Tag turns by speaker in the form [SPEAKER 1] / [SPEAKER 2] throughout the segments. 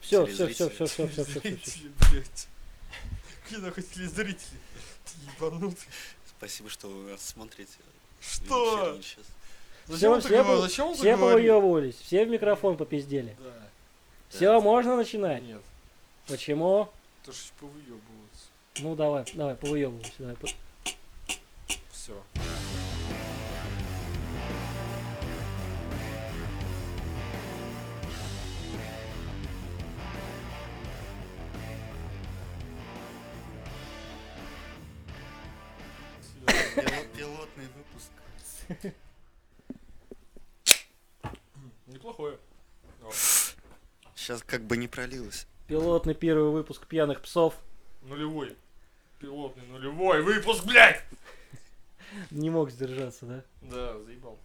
[SPEAKER 1] Все,
[SPEAKER 2] Через
[SPEAKER 1] все, все, все,
[SPEAKER 2] зрителей.
[SPEAKER 1] все, все, все, все.
[SPEAKER 3] Зрители, блядь. Какие нахуй телезрители? Ты ебанутый.
[SPEAKER 2] Спасибо, что вы нас смотрите.
[SPEAKER 3] Что?
[SPEAKER 2] Вечерний час.
[SPEAKER 3] Зачем он
[SPEAKER 1] все
[SPEAKER 3] так говорил?
[SPEAKER 1] по-
[SPEAKER 3] Зачем он так
[SPEAKER 1] Все
[SPEAKER 3] говорил?
[SPEAKER 1] повыебывались, все в микрофон попиздели.
[SPEAKER 3] Да,
[SPEAKER 1] Все, можно начинать.
[SPEAKER 3] нет.
[SPEAKER 1] Почему?
[SPEAKER 3] То что типа повыебываются.
[SPEAKER 1] Ну давай, давай, повыебывайся, давай. по-
[SPEAKER 3] Все.
[SPEAKER 2] Пило- Пилотный выпуск.
[SPEAKER 3] Неплохое. О,
[SPEAKER 2] Сейчас как бы не пролилось.
[SPEAKER 1] Пилотный первый выпуск пьяных псов.
[SPEAKER 3] Нулевой. Пилотный нулевой выпуск, блядь!
[SPEAKER 1] Не мог сдержаться, да?
[SPEAKER 3] Да, заебал.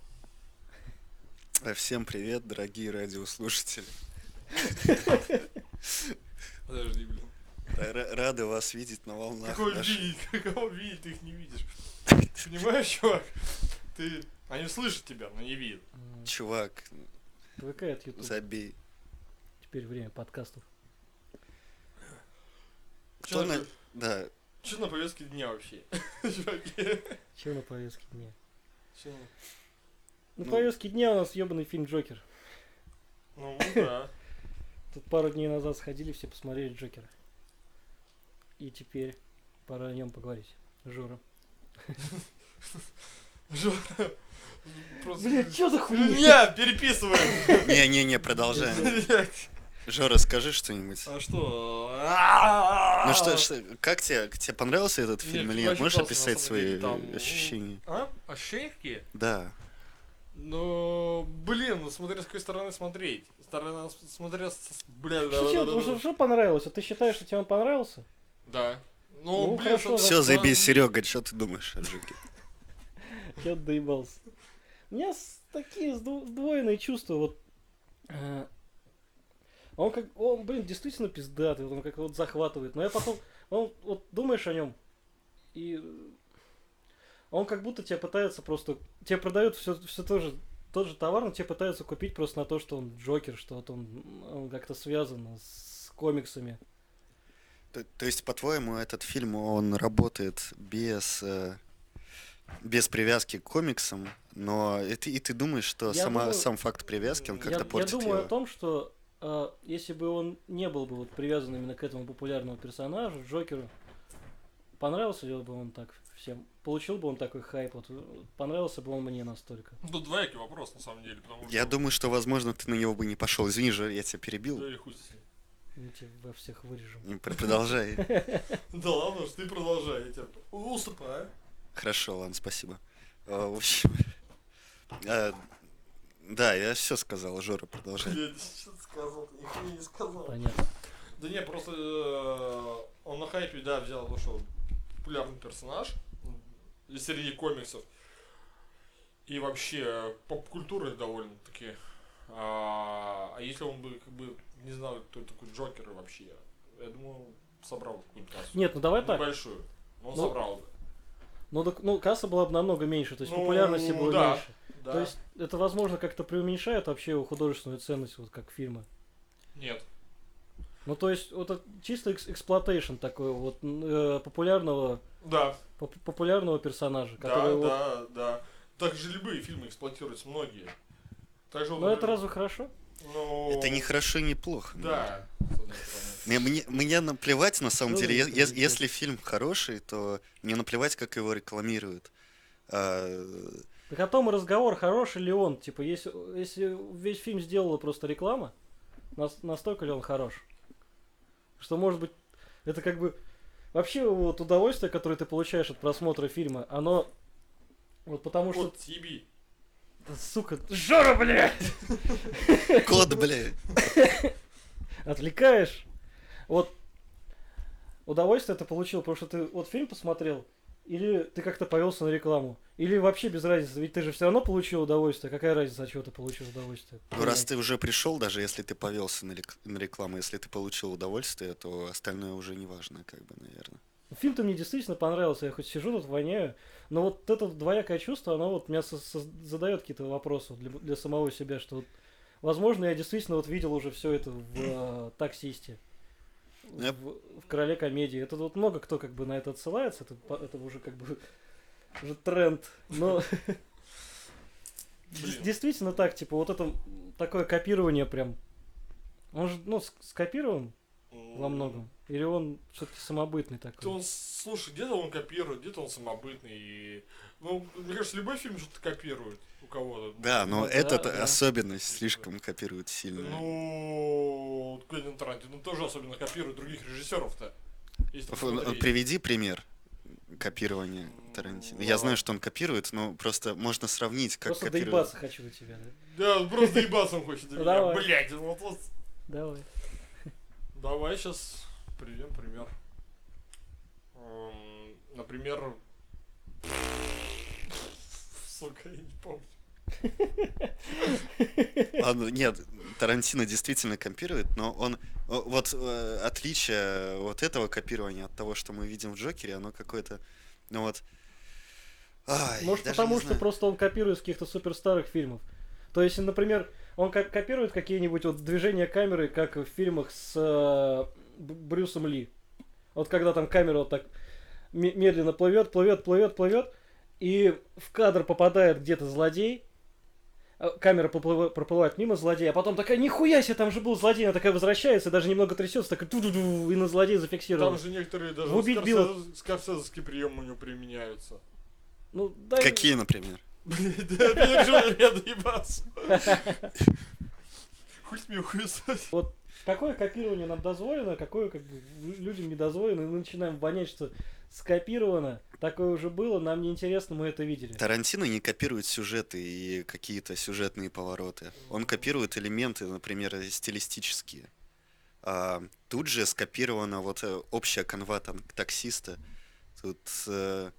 [SPEAKER 2] Э, Всем привет, дорогие радиослушатели.
[SPEAKER 3] Подожди, блин.
[SPEAKER 2] Р- р- Рады вас видеть на волнах.
[SPEAKER 3] Какой
[SPEAKER 2] нашей-
[SPEAKER 3] видеть? Какого видеть? Ты их не видишь. Понимаешь, чувак? Ты... Они слышат тебя, но не видят.
[SPEAKER 1] М,
[SPEAKER 2] Чувак,
[SPEAKER 1] ВК от YouTube.
[SPEAKER 2] забей.
[SPEAKER 1] Теперь время подкастов.
[SPEAKER 3] Чё
[SPEAKER 2] Что на-
[SPEAKER 3] ты-
[SPEAKER 2] Да,
[SPEAKER 3] Что на повестке дня вообще? Чуваки.
[SPEAKER 1] Чем на повестке дня?
[SPEAKER 3] Чё на-
[SPEAKER 1] На
[SPEAKER 2] Ну.
[SPEAKER 1] повестке дня у нас ебаный фильм Джокер.
[SPEAKER 3] Ну да.
[SPEAKER 1] Тут пару дней назад сходили, все посмотрели Джокера. И теперь пора о нем поговорить. Жора.
[SPEAKER 3] Жо- Просто...
[SPEAKER 1] Блин, что за хуйня?
[SPEAKER 3] Меня переписываем!
[SPEAKER 2] Не-не-не, продолжаем.
[SPEAKER 3] Блядь.
[SPEAKER 2] Жора, скажи что-нибудь.
[SPEAKER 3] А что?
[SPEAKER 2] Ну
[SPEAKER 3] Ну
[SPEAKER 2] что, что- как тебе, к тебе понравился этот
[SPEAKER 3] Мне
[SPEAKER 2] фильм или
[SPEAKER 3] очень
[SPEAKER 2] нет? Можешь
[SPEAKER 3] понравился, на
[SPEAKER 2] описать
[SPEAKER 3] самом
[SPEAKER 2] свои
[SPEAKER 3] деле, там,
[SPEAKER 2] э,
[SPEAKER 3] ну,
[SPEAKER 2] ощущения?
[SPEAKER 3] А? Ощущения какие?
[SPEAKER 2] Да.
[SPEAKER 3] Ну, блин, ну смотря с какой стороны смотреть. Сторона, с- смотря с... Бля, да,
[SPEAKER 1] Что тебе
[SPEAKER 3] да,
[SPEAKER 1] вот-
[SPEAKER 3] да,
[SPEAKER 1] что-
[SPEAKER 3] да.
[SPEAKER 1] что понравилось? Вот Ты считаешь, что тебе он понравился?
[SPEAKER 3] Да.
[SPEAKER 1] Ну,
[SPEAKER 3] Ну, блин,
[SPEAKER 1] хорошо,
[SPEAKER 3] что-
[SPEAKER 2] Все,
[SPEAKER 3] что-
[SPEAKER 2] заебись, Серега, что ты думаешь о Джоке?
[SPEAKER 1] Я доебался. У меня с- такие сду- сдвоенные чувства. Вот. э, Он как, он, блин, действительно пиздатый, вот он как вот захватывает. Но я потом, он вот думаешь о нем и э, он как будто тебя пытается просто, тебе продают все, все то же, тот же товар, но тебе пытаются купить просто на то, что он Джокер, что вот он, он как-то связан с комиксами.
[SPEAKER 2] То, то есть, по-твоему, этот фильм, он работает без, э, без привязки к комиксам, но и ты, и ты думаешь, что
[SPEAKER 1] Я
[SPEAKER 2] сама,
[SPEAKER 1] думаю-
[SPEAKER 2] сам факт привязки, он
[SPEAKER 3] Я-
[SPEAKER 2] как-то
[SPEAKER 1] я,
[SPEAKER 2] портит
[SPEAKER 1] я думаю
[SPEAKER 2] его?
[SPEAKER 1] о том, что э, если бы он не был бы вот привязан именно к этому популярному персонажу, Джокеру, понравился ли бы он так всем? Получил бы он такой хайп? Вот, э, понравился бы он мне настолько?
[SPEAKER 3] Ну, Тут двоякий вопрос, на самом деле, потому что...
[SPEAKER 2] Я думаю, что, возможно, ты на него бы не пошел. Извини же, я тебя перебил.
[SPEAKER 3] Да или хуй с ним.
[SPEAKER 1] Мы тебя всех вырежем.
[SPEAKER 2] Не пр- Продолжай.
[SPEAKER 3] Да ладно, что ты продолжай, я тебя уступаю.
[SPEAKER 2] Хорошо, ладно, спасибо. А, В общем... э, Да, я все сказал, Жора, продолжай.
[SPEAKER 3] Блядь, что ты сказал, ты нихуя не сказал.
[SPEAKER 1] Понятно.
[SPEAKER 3] Да не, просто э, он на хайпе, да, взял, потому что он популярный персонаж м, и среди комиксов. И вообще э, поп-культуры довольно-таки. А, а если он бы как бы не знал, кто такой Джокер и вообще, я думаю, собрал бы какую-нибудь кассу.
[SPEAKER 1] Нет, ну давай так.
[SPEAKER 3] Небольшую. Но он
[SPEAKER 1] Ну,
[SPEAKER 3] собрал бы.
[SPEAKER 1] Ну, так, ну, касса была бы намного меньше, то есть
[SPEAKER 3] Ну,
[SPEAKER 1] популярности было
[SPEAKER 3] да.
[SPEAKER 1] меньше.
[SPEAKER 3] Да.
[SPEAKER 1] То есть это, возможно, как-то преуменьшает вообще его художественную ценность вот как фильма.
[SPEAKER 3] Нет.
[SPEAKER 1] Ну, то есть вот это чисто экс- эксплуатейшн такой вот н- э, популярного
[SPEAKER 3] Да,
[SPEAKER 1] поп- популярного персонажа,
[SPEAKER 3] да,
[SPEAKER 1] который вот
[SPEAKER 3] да, да. Так же любые фильмы эксплуатируются многие. Так же
[SPEAKER 1] Ну
[SPEAKER 3] он-
[SPEAKER 1] это разве хорошо?
[SPEAKER 3] Ну,
[SPEAKER 2] Это не хорошо, не плохо. ну.
[SPEAKER 3] Да. с одной стороны.
[SPEAKER 2] Мне, мне, мне наплевать, на самом
[SPEAKER 1] Ну,
[SPEAKER 2] деле, е-
[SPEAKER 1] это
[SPEAKER 2] ес-
[SPEAKER 1] пиздец.
[SPEAKER 2] если фильм хороший, то мне наплевать, как его рекламируют. А,
[SPEAKER 1] Так о том и разговор, хороший ли он. Типа, если, если весь фильм сделала просто реклама, нас- настолько ли он хорош? Что, может быть, это как бы... Вообще, вот удовольствие, которое ты получаешь от просмотра фильма, оно... Вот потому что...
[SPEAKER 3] Вот съеби.
[SPEAKER 1] Да, сука, Жора, блядь!
[SPEAKER 2] Кот, бля.
[SPEAKER 1] Отвлекаешь! Вот удовольствие ты получил, потому что ты вот фильм посмотрел, или ты как-то повелся на рекламу, или вообще без разницы, ведь ты же все равно получил удовольствие. Какая разница, от чего ты получил удовольствие?
[SPEAKER 2] Ну, раз ты уже пришел, даже если ты повелся на, рек- на рекламу, если ты получил удовольствие, то остальное уже не важно, как бы, наверное.
[SPEAKER 1] Фильм-то мне действительно понравился, я хоть сижу тут воняю, но вот это двоякое чувство, оно вот меня со- со- задает какие-то вопросы для, для самого себя, что вот Возможно, я действительно вот видел уже все это в э, таксисте.
[SPEAKER 2] Я-
[SPEAKER 1] В, в короле комедии. Это вот много кто как бы на это отсылается, это, по- это уже как бы уже тренд. Но Дес-
[SPEAKER 3] Блин.
[SPEAKER 1] Действительно так, типа, вот это м, такое копирование прям. Он же, ну, ск- скопирован во многом. Или он все-таки самобытный
[SPEAKER 3] Да
[SPEAKER 1] такой?
[SPEAKER 3] он, слушай, где-то он копирует, где-то он самобытный. и- Ну, мне кажется, любой фильм что-то копирует у кого-то.
[SPEAKER 2] Да, но
[SPEAKER 1] Ну да,
[SPEAKER 2] эта
[SPEAKER 1] да.
[SPEAKER 2] особенность слишком копирует сильно.
[SPEAKER 3] Ну, вот Квентин Тарантино тоже особенно копирует других режиссеров-то. Если
[SPEAKER 2] Ф- ну,
[SPEAKER 3] посмотреть.
[SPEAKER 2] Приведи пример копирования Тарантино. Я
[SPEAKER 3] Ладно.
[SPEAKER 2] знаю, что он копирует, но просто можно сравнить, как
[SPEAKER 1] Просто
[SPEAKER 2] копирует.
[SPEAKER 1] доебаться хочу у тебя, да?
[SPEAKER 3] Да, он просто ебаться он хочет до
[SPEAKER 1] Ну,
[SPEAKER 3] меня.
[SPEAKER 1] давай.
[SPEAKER 3] Блять, вот вот.
[SPEAKER 1] Давай.
[SPEAKER 3] Давай сейчас приведем пример. Эм, Например... Сука, я не помню.
[SPEAKER 2] Ладно, нет, Тарантино действительно копирует, но он о, вот э, отличие вот этого копирования от того, что мы видим в Джокере, оно какое-то, ну вот. ай,
[SPEAKER 1] Может,
[SPEAKER 2] даже
[SPEAKER 1] потому
[SPEAKER 2] не
[SPEAKER 1] что
[SPEAKER 2] знаю.
[SPEAKER 1] просто он копирует с каких-то суперстарых фильмов. То есть, например, он как копирует какие-нибудь вот движения камеры, как в фильмах с э, Б- Брюсом Ли. Вот когда там камера вот так ме- медленно плывет, плывет, плывет, плывет, и в кадр попадает где-то злодей, а камера поплыва- проплывает мимо злодея, а потом такая, нихуя себе, там же был злодей, она такая возвращается, даже немного трясется, такая ту-ду-ду, и на злодея зафиксировала.
[SPEAKER 3] Там же некоторые даже
[SPEAKER 1] В «Убить
[SPEAKER 3] скорсез-
[SPEAKER 1] Билла».
[SPEAKER 3] скорсезовские приемы у него применяются.
[SPEAKER 1] Ну, дай-
[SPEAKER 2] Какие, например?
[SPEAKER 3] Блин, да, да, я же я доебался. Хуй с меня, хуй с-
[SPEAKER 1] Какое копирование нам дозволено, какое как бы лю- людям не дозволено, и мы начинаем вонять, что скопировано, такое уже было, нам неинтересно, мы это видели.
[SPEAKER 2] Тарантино не копирует сюжеты и какие-то сюжетные повороты. Он копирует элементы, например, стилистические. А, тут же скопирована вот э, общая канва там, таксиста, тут, э,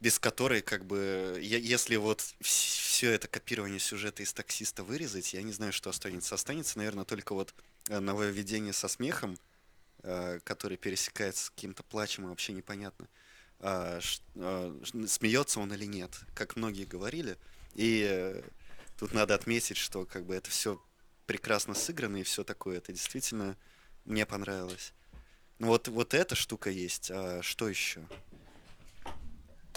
[SPEAKER 2] без которой как бы... е- если вот все это копирование сюжета из таксиста вырезать, я не знаю, что останется. Останется, наверное, только вот э, нововведение со смехом, э, который пересекается с каким-то плачем, и вообще непонятно а, ш- а, ш- н- смеется он или нет, как многие говорили. И э, тут надо отметить, что как бы это все прекрасно сыграно и все такое. Это действительно мне понравилось. Ну вот, вот эта штука есть, а что еще?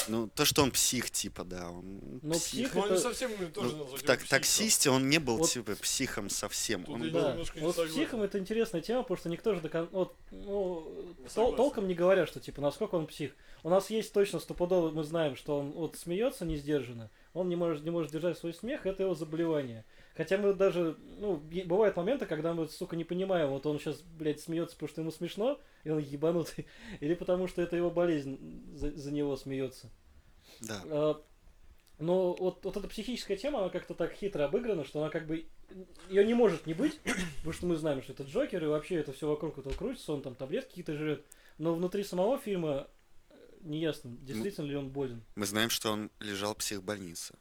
[SPEAKER 2] Ну, то, что он псих, типа, да. Он
[SPEAKER 1] Ну, псих
[SPEAKER 3] Ну, не
[SPEAKER 1] это...
[SPEAKER 3] совсем мне тоже
[SPEAKER 2] Ну,
[SPEAKER 3] назвать
[SPEAKER 2] в
[SPEAKER 3] его
[SPEAKER 2] так-
[SPEAKER 3] психом.
[SPEAKER 2] таксисте он не был,
[SPEAKER 1] Вот-
[SPEAKER 2] типа, психом совсем.
[SPEAKER 3] Тут
[SPEAKER 2] Он
[SPEAKER 3] и-
[SPEAKER 2] был-
[SPEAKER 1] Да.
[SPEAKER 3] немножко не
[SPEAKER 1] Вот с
[SPEAKER 3] согласен.
[SPEAKER 1] психом это интересная тема, потому что никто же до кон... вот, ну, тол-
[SPEAKER 3] согласен.
[SPEAKER 1] толком не говорят, что типа насколько он псих. У нас есть точно стопудово, мы знаем, что он вот смеется не сдержанно, он не может, не может держать свой смех, это его заболевание. Хотя мы даже, ну, е- бывают моменты, когда мы, сука, не понимаем, вот он сейчас, блядь, смеется, потому что ему смешно, и он ебанутый, или потому что это его болезнь за, за него смеется.
[SPEAKER 2] да.
[SPEAKER 1] А, Но ну, вот, вот эта психическая тема, она как-то так хитро обыграна, что она как бы... Ее не может не быть, потому что мы знаем, что это Джокер, и вообще это все вокруг этого крутится, он там таблетки какие-то жрет. Но внутри самого фильма э, неясно, действительно ли он болен.
[SPEAKER 2] Мы знаем, что он лежал в психбольнице.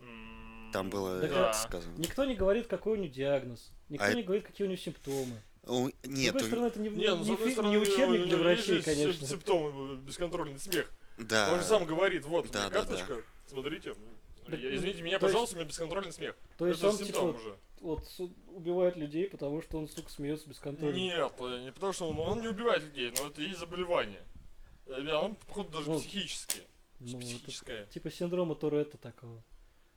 [SPEAKER 3] М,
[SPEAKER 2] Там было
[SPEAKER 1] Да.
[SPEAKER 2] это сказано.
[SPEAKER 1] Никто не говорит, какой у него диагноз, никто
[SPEAKER 2] А
[SPEAKER 1] не говорит, какие у него симптомы.
[SPEAKER 2] О,
[SPEAKER 1] С
[SPEAKER 2] Нет,
[SPEAKER 1] другой
[SPEAKER 2] у-
[SPEAKER 1] стороны, это не,
[SPEAKER 3] Не, ну, с
[SPEAKER 1] не
[SPEAKER 3] одной
[SPEAKER 1] фи-
[SPEAKER 3] стороны,
[SPEAKER 1] не
[SPEAKER 3] у него- у
[SPEAKER 1] учебник
[SPEAKER 3] него
[SPEAKER 1] для
[SPEAKER 3] есть
[SPEAKER 1] врачей,
[SPEAKER 3] же сим-
[SPEAKER 1] конечно.
[SPEAKER 3] Симптомы, э, бесконтрольный смех.
[SPEAKER 2] да.
[SPEAKER 3] Он же сам говорит, вот, у
[SPEAKER 2] Да,
[SPEAKER 3] меня
[SPEAKER 2] да, да.
[SPEAKER 3] карточка, смотрите.
[SPEAKER 1] Да,
[SPEAKER 3] Я- Извините меня,
[SPEAKER 1] то есть-
[SPEAKER 3] пожалуйста, у меня бесконтрольный смех.
[SPEAKER 1] То есть
[SPEAKER 3] Это
[SPEAKER 1] он, типа,
[SPEAKER 3] симптом
[SPEAKER 1] вот,
[SPEAKER 3] уже.
[SPEAKER 1] вот су- убивает людей, потому что он, сука, смеется без контроля.
[SPEAKER 3] Нет, э, не потому что он, он не убивает людей, но это и заболевание. Э, а Он, походу, даже
[SPEAKER 1] Ну,
[SPEAKER 3] психически.
[SPEAKER 1] Ну, это
[SPEAKER 3] Психическое.
[SPEAKER 1] Типа синдрома Туретта такого.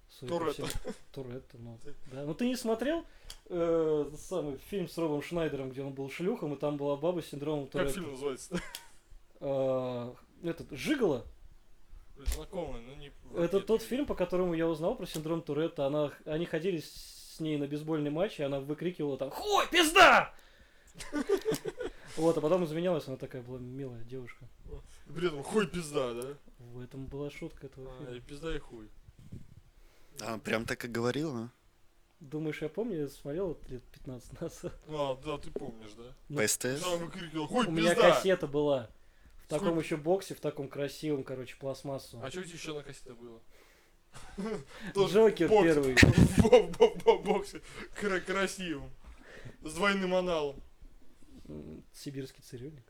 [SPEAKER 1] Судя по
[SPEAKER 3] Туретта.
[SPEAKER 1] всему. Туретта, ну. Да. Ну ты не смотрел э, тот самый фильм с Робом Шнайдером, где он был шлюхом, и там была баба с синдромом
[SPEAKER 3] Как
[SPEAKER 1] Туретта.
[SPEAKER 3] фильм называется?
[SPEAKER 1] Э, этот Жигала.
[SPEAKER 3] Знакомый, но не...
[SPEAKER 1] Это тот фильм, по которому я узнал про синдром Туретта. Она, они ходили с с ней на бейсбольный матч, и она выкрикивала там «Хуй, пизда!» Вот, а потом изменялась, она такая была милая девушка.
[SPEAKER 3] Блин, ну хуй пизда, да?
[SPEAKER 1] В этом была шутка этого
[SPEAKER 3] А, и
[SPEAKER 1] фильма.
[SPEAKER 3] пизда и хуй.
[SPEAKER 2] А, прям так и говорила?
[SPEAKER 1] Думаешь, я помню, я смотрел это лет 15 назад.
[SPEAKER 3] А, да, ты помнишь, да?
[SPEAKER 1] Ну,
[SPEAKER 2] По СТС?
[SPEAKER 3] Там выкрикивал, хуй
[SPEAKER 1] У меня
[SPEAKER 3] пизда!
[SPEAKER 1] кассета была. В таком еще боксе, в таком красивом, короче, пластмассовом.
[SPEAKER 3] А что у тебя еще на кассете было? Тоже
[SPEAKER 1] Джокер
[SPEAKER 3] бокс.
[SPEAKER 1] первый.
[SPEAKER 3] в бо- бо- бо- боксе кра- красивым. С двойным аналом.
[SPEAKER 1] М, Сибирский цирюльник.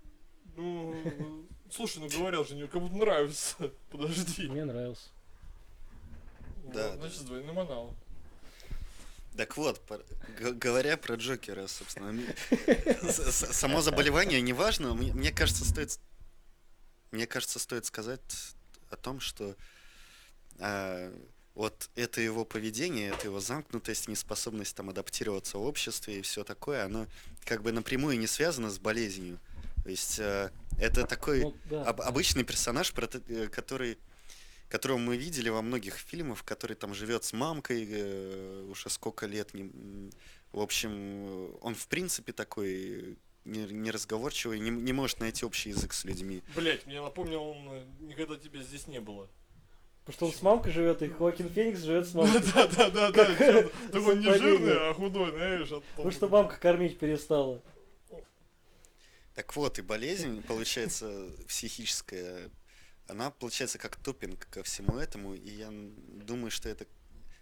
[SPEAKER 3] Ну, э, слушай, ну говорил же, мне как будто нравится. Подожди.
[SPEAKER 1] Мне нравился.
[SPEAKER 3] Вот,
[SPEAKER 2] Да, да.
[SPEAKER 3] Значит, с двойным аналом.
[SPEAKER 2] Так вот, пор- г- говоря про Джокера, собственно, мне- с- с- само заболевание не важно. Мне мне кажется, стоит, мне кажется, стоит сказать о том, что а, вот это его поведение, это его замкнутость, неспособность там адаптироваться в обществе и все такое, оно как бы напрямую не связано с болезнью. То есть а, это такой
[SPEAKER 1] Ну, да.
[SPEAKER 3] а
[SPEAKER 2] об- обычный персонаж, прото- э, который которого мы видели во многих фильмах, который там живет с мамкой э, уже сколько лет. не- м, в общем, э, он в принципе такой э, не- неразговорчивый, не, не может найти общий язык с людьми.
[SPEAKER 3] Блять, мне напомнил, он э, никогда тебя здесь не было.
[SPEAKER 1] Потому что он с мамкой живет, и Хоакин Феникс живет с мамкой.
[SPEAKER 3] Да, да, да, да.
[SPEAKER 1] Какое
[SPEAKER 3] Такой не
[SPEAKER 1] совпадение.
[SPEAKER 3] жирный, а худой, знаешь, оттуда.
[SPEAKER 1] Потому что мамка кормить перестала.
[SPEAKER 2] Так вот, и болезнь, получается, психическая, она получается как топинг ко всему этому, и я н- думаю, что это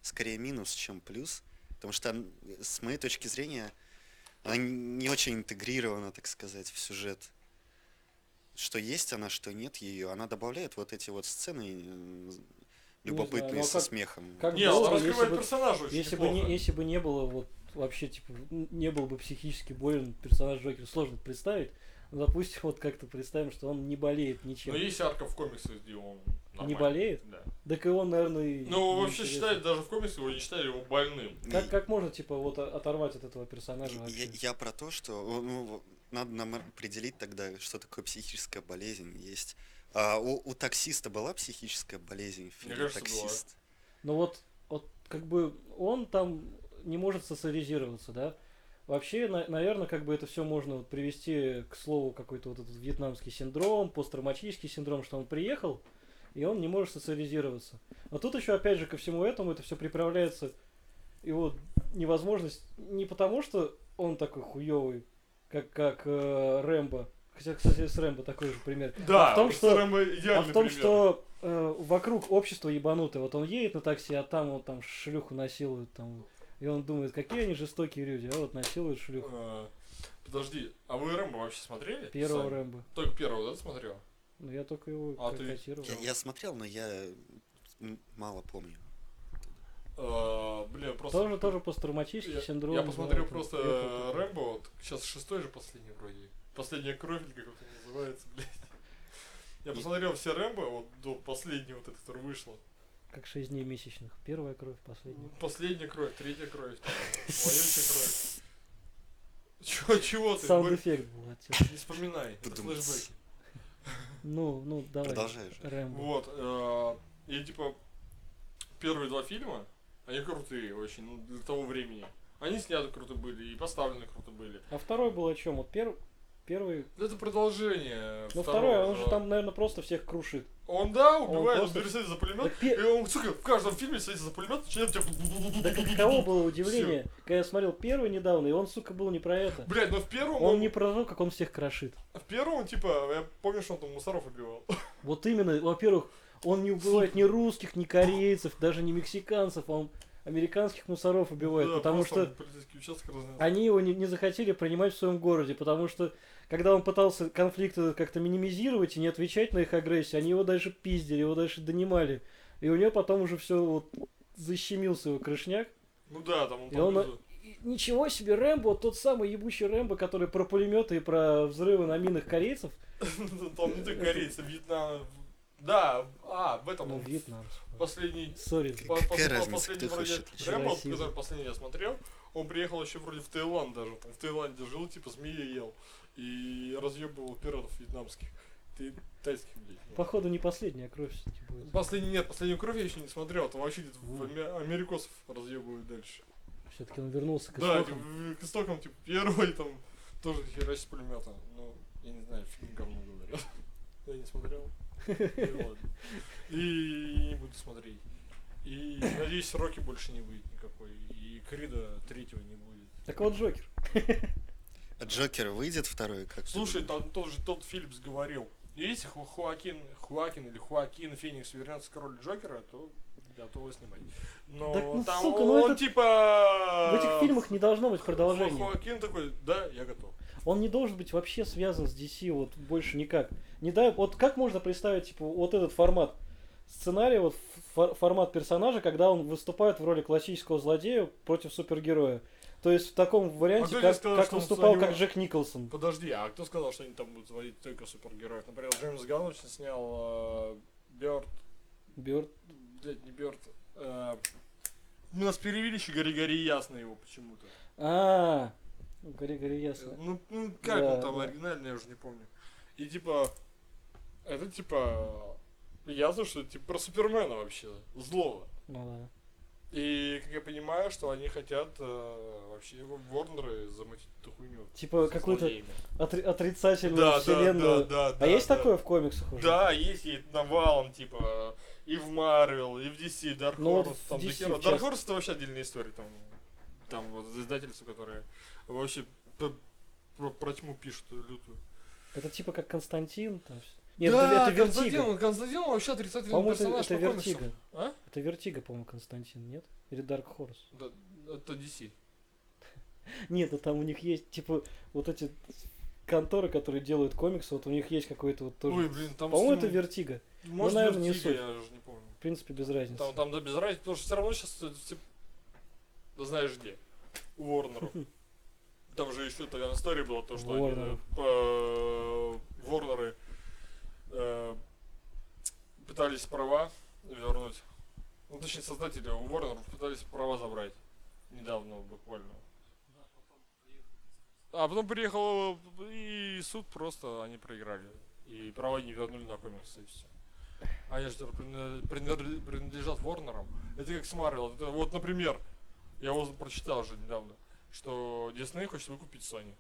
[SPEAKER 2] скорее минус, чем плюс, потому что, н- с моей точки зрения, она н- не очень интегрирована, так сказать, в сюжет. Что есть она, что нет ее, она добавляет вот эти вот сцены м, любопытные
[SPEAKER 1] ну а
[SPEAKER 2] со
[SPEAKER 1] как-
[SPEAKER 2] смехом.
[SPEAKER 1] как
[SPEAKER 3] Не,
[SPEAKER 1] было
[SPEAKER 3] он
[SPEAKER 1] бы, если
[SPEAKER 3] раскрывает
[SPEAKER 1] бы-
[SPEAKER 3] персонажа очень
[SPEAKER 1] Если бы, не,
[SPEAKER 3] неплохо.
[SPEAKER 1] если бы не было вот вообще, типа, н- не был бы психически болен персонаж Джокера, сложно представить. Но, допустим, вот как-то представим, что он не болеет ничем.
[SPEAKER 3] Но есть арка в комиксах, где он нормальный.
[SPEAKER 1] болеет?
[SPEAKER 3] Да.
[SPEAKER 1] Так и он, наверное, и
[SPEAKER 3] Ну,
[SPEAKER 1] не
[SPEAKER 3] вообще
[SPEAKER 1] интересен.
[SPEAKER 3] считали, даже в комиксах его не считали его больным.
[SPEAKER 2] И-
[SPEAKER 1] Как, как можно, типа, вот о- оторвать от этого персонажа
[SPEAKER 2] Я,
[SPEAKER 1] вообще?
[SPEAKER 2] я про то, что о, ну, в- надо нам определить тогда, что такое психическая болезнь есть. А у, у таксиста была психическая болезнь в фильме
[SPEAKER 3] кажется, была.
[SPEAKER 2] таксист.
[SPEAKER 1] Но Ну вот, вот как бы он там не может социализироваться, да? Вообще, наверное, как бы это все можно вот привести к слову какой-то вот этот вьетнамский синдром, посттравматический синдром, что он приехал, и он не может социализироваться. А тут еще, опять же, ко всему этому это все приправляется его невозможность не потому, что он такой хуёвый, как, как э, Рэмбо, хотя, кстати, с Рэмбо такой же пример,
[SPEAKER 3] Да,
[SPEAKER 1] а в том,
[SPEAKER 3] просто
[SPEAKER 1] что
[SPEAKER 3] Рэмбо
[SPEAKER 1] а
[SPEAKER 3] идеальный
[SPEAKER 1] в том,
[SPEAKER 3] пример.
[SPEAKER 1] что э, вокруг общество ебанутое. Вот он едет на такси, а там вот там шлюху насилуют. Там, и он думает, какие они жестокие люди, а вот насилуют шлюху.
[SPEAKER 3] Э, Подожди, а вы Рэмбо вообще смотрели?
[SPEAKER 1] Первого
[SPEAKER 3] Сами?
[SPEAKER 1] Рэмбо.
[SPEAKER 3] Только первого, да, смотрел?
[SPEAKER 1] Ну я только его
[SPEAKER 3] А ты-
[SPEAKER 1] прокатировал.
[SPEAKER 2] Я, я смотрел, но я м, мало помню.
[SPEAKER 3] Э, Блин, просто...
[SPEAKER 1] Тоже, тоже посттравматический
[SPEAKER 3] Я-
[SPEAKER 1] синдром.
[SPEAKER 3] Я
[SPEAKER 1] да,
[SPEAKER 3] посмотрел
[SPEAKER 1] там
[SPEAKER 3] просто
[SPEAKER 1] приехал
[SPEAKER 3] э,
[SPEAKER 1] такой.
[SPEAKER 3] Рэмбо, вот сейчас шестой же последний вроде. Последняя кровь, или как это называется, блядь. Я
[SPEAKER 2] И-
[SPEAKER 3] посмотрел все Рэмбо, вот до последнего, вот это, которое вышло.
[SPEAKER 1] Как шесть дней месячных. Первая кровь, последняя.
[SPEAKER 3] Последняя кровь, третья кровь, там, воюющая кровь. Чего, чего ты? Борь?
[SPEAKER 1] Саунд-эффект был от тебя.
[SPEAKER 3] Не вспоминай, это
[SPEAKER 2] Подумать.
[SPEAKER 3] флешбеки.
[SPEAKER 1] Ну, ну, давай.
[SPEAKER 2] Продолжай же.
[SPEAKER 1] Рэмбо.
[SPEAKER 3] Вот, э, и типа первые два фильма, они крутые очень, ну, для того времени. Они сняты круто были, и поставлены круто были.
[SPEAKER 1] А второй был о чем? Вот перв- первый.
[SPEAKER 3] Ну, Это продолжение.
[SPEAKER 1] Ну,
[SPEAKER 3] второго,
[SPEAKER 1] второй, он же
[SPEAKER 3] да.
[SPEAKER 1] там, наверное, просто всех крушит.
[SPEAKER 3] Он, да, убивает, он,
[SPEAKER 1] просто-
[SPEAKER 3] пересадит за пулемет.
[SPEAKER 1] Так пе-
[SPEAKER 3] И он, сука, в каждом фильме садится за пулемет, начинает типа тебя...
[SPEAKER 1] Да каково было удивление, когда я смотрел первый недавно, и он, сука, был не про это.
[SPEAKER 3] Блять, ну в первом он,
[SPEAKER 1] Он не про то, как он всех крошит.
[SPEAKER 3] в первом, типа, я помню, что он там мусоров убивал.
[SPEAKER 1] Вот именно, во-первых, он не убивает ни русских, ни корейцев, даже не мексиканцев, а он американских мусоров убивает,
[SPEAKER 3] Да,
[SPEAKER 1] потому
[SPEAKER 3] просто
[SPEAKER 1] что А
[SPEAKER 3] он полицейский участок разнес.
[SPEAKER 1] они его не, не захотели принимать в своем городе, потому что когда он пытался конфликты как-то минимизировать и не отвечать на их агрессию, они его дальше пиздили, его дальше донимали. И у него потом уже все вот защемился его крышняк.
[SPEAKER 3] Ну да, там он
[SPEAKER 1] И
[SPEAKER 3] там...
[SPEAKER 1] он-
[SPEAKER 3] лежит.
[SPEAKER 1] И Ничего себе, Рэмбо, тот самый ебучий Рэмбо, который про пулеметы и про взрывы на минах корейцев.
[SPEAKER 3] Там не только корейцы, Вьетнам... Да, а, в этом
[SPEAKER 1] Ну,
[SPEAKER 3] он
[SPEAKER 1] Вьетнам.
[SPEAKER 3] последний...
[SPEAKER 1] Сори.
[SPEAKER 2] Как-
[SPEAKER 3] по-
[SPEAKER 2] какая
[SPEAKER 3] посмотрел
[SPEAKER 2] разница,
[SPEAKER 3] последний
[SPEAKER 2] кто
[SPEAKER 3] вроде
[SPEAKER 2] хочет?
[SPEAKER 3] Рэмбо,
[SPEAKER 1] Россия.
[SPEAKER 3] который последний я смотрел, он приехал еще вроде в Таиланд даже. Он в Таиланде жил, типа змеи ел. И разъебывал пиратов вьетнамских. Ты тайских, блядь.
[SPEAKER 1] Походу не последняя кровь все-таки будет.
[SPEAKER 3] Последний нет, последнюю кровь я еще не смотрел, там вообще где-то в
[SPEAKER 1] Вот.
[SPEAKER 3] Аме- америкосов разъебывают дальше.
[SPEAKER 1] Все-таки он вернулся к
[SPEAKER 3] да,
[SPEAKER 1] истокам.
[SPEAKER 3] типа, в- к истокам, типа, первый там тоже херачит с пулемета. Ну, я не знаю, фильм говно говорят. Я не смотрел. Ну и ладно. И не буду смотреть. И надеюсь, Рокки больше не будет никакой. И Крида третьего не будет.
[SPEAKER 1] Так вот Джокер.
[SPEAKER 2] А Джокер выйдет второй, как ты
[SPEAKER 3] Слушай,
[SPEAKER 2] думаешь?
[SPEAKER 3] там тоже тот Филлипс говорил. Если Ху- Хуакин, Хуакин или Хуакин Феникс вернется к роли Джокера, то готовы снимать. Но
[SPEAKER 1] Так, ну,
[SPEAKER 3] там
[SPEAKER 1] сука,
[SPEAKER 3] он,
[SPEAKER 1] ну это-
[SPEAKER 3] типа...
[SPEAKER 1] В этих фильмах не должно быть
[SPEAKER 3] Ху-
[SPEAKER 1] продолжения.
[SPEAKER 3] Хуакин такой, да, я готов.
[SPEAKER 1] Он не должен быть вообще связан с DC вот больше никак. Не дай, вот как можно представить типа вот этот формат? сценарий, вот фо- формат персонажа, когда он выступает в роли классического злодея против супергероя. То есть в таком варианте,
[SPEAKER 3] кто тебе
[SPEAKER 1] как,
[SPEAKER 3] А сказал,
[SPEAKER 1] как
[SPEAKER 3] что он
[SPEAKER 1] выступал как
[SPEAKER 3] сомневался?
[SPEAKER 1] Джек Николсон.
[SPEAKER 3] Подожди, а кто сказал, что они там будут заводить только супергероев? Например, Джеймс Ганн очень снял э, Бёрд,
[SPEAKER 1] Бёрд.
[SPEAKER 3] блядь, не Бёрд, э, у нас перевели еще Гори Гори Ясно его почему-то.
[SPEAKER 1] А, гори гори ясно.
[SPEAKER 3] Ну, ну, как
[SPEAKER 1] Да,
[SPEAKER 3] он там
[SPEAKER 1] да.
[SPEAKER 3] оригинальный, я уже не помню. И типа, это типа, ясно, что это типа про Супермена вообще, злого.
[SPEAKER 1] Ну да.
[SPEAKER 3] И как я понимаю, что они хотят э, вообще его Ворнеры замутить эту хуйню.
[SPEAKER 1] Типа
[SPEAKER 3] Со
[SPEAKER 1] какую-то
[SPEAKER 3] злодеями.
[SPEAKER 1] отри- отрицательную
[SPEAKER 3] да, да, да,
[SPEAKER 1] вселенную.
[SPEAKER 3] да,
[SPEAKER 1] а есть
[SPEAKER 3] да.
[SPEAKER 1] такое в комиксах уже?
[SPEAKER 3] Да, есть и навалом, типа, и в Марвел, и в DC, Dark
[SPEAKER 1] Ну, вот
[SPEAKER 3] Horse,
[SPEAKER 1] в
[SPEAKER 3] там
[SPEAKER 1] DC
[SPEAKER 3] дохера.
[SPEAKER 1] в
[SPEAKER 3] Dark
[SPEAKER 1] част-
[SPEAKER 3] Horse это вообще отдельная история, там, там вот издательство, которое вообще п- про, про тьму пишет лютую.
[SPEAKER 1] Это типа как Константин. Там... всё. Нет,
[SPEAKER 3] да,
[SPEAKER 1] это, это Вертиго.
[SPEAKER 3] Константин, Константин вообще отрицательный
[SPEAKER 1] По-моему, это,
[SPEAKER 3] персонаж
[SPEAKER 1] это
[SPEAKER 3] по комиксам.
[SPEAKER 1] Вертиго.
[SPEAKER 3] А?
[SPEAKER 1] Это Вертиго, по-моему, Константин, нет? Или Дарк Хорс?
[SPEAKER 3] Да, это DC.
[SPEAKER 1] Нет, ну там у них есть, типа, вот эти конторы, которые делают комиксы, вот у них есть какой-то вот тоже...
[SPEAKER 3] Ой, блин, там...
[SPEAKER 1] По-моему,
[SPEAKER 3] с
[SPEAKER 1] это
[SPEAKER 3] ним-
[SPEAKER 1] Вертиго.
[SPEAKER 3] Может,
[SPEAKER 1] наверное, не
[SPEAKER 3] Вертиго,
[SPEAKER 1] суть.
[SPEAKER 3] я уже не помню.
[SPEAKER 1] В принципе, без разницы.
[SPEAKER 3] Там, там да без разницы, потому что все равно сейчас все... Да знаешь где? У Ворнеров. Там же еще такая история была, то, что они,
[SPEAKER 1] Warner.
[SPEAKER 3] э, по- Ворнеры э, пытались права вернуть. Ну, точнее, создатели у Ворнеров пытались права забрать. Недавно буквально. А потом приехал и суд просто они проиграли. И права не вернули на комиксы и все. Они же принадлежат- принадлежат принадлежат Ворнерам. Это как с Марвел. Это Вот, например, я его прочитал же недавно, что Disney хочет выкупить Sony.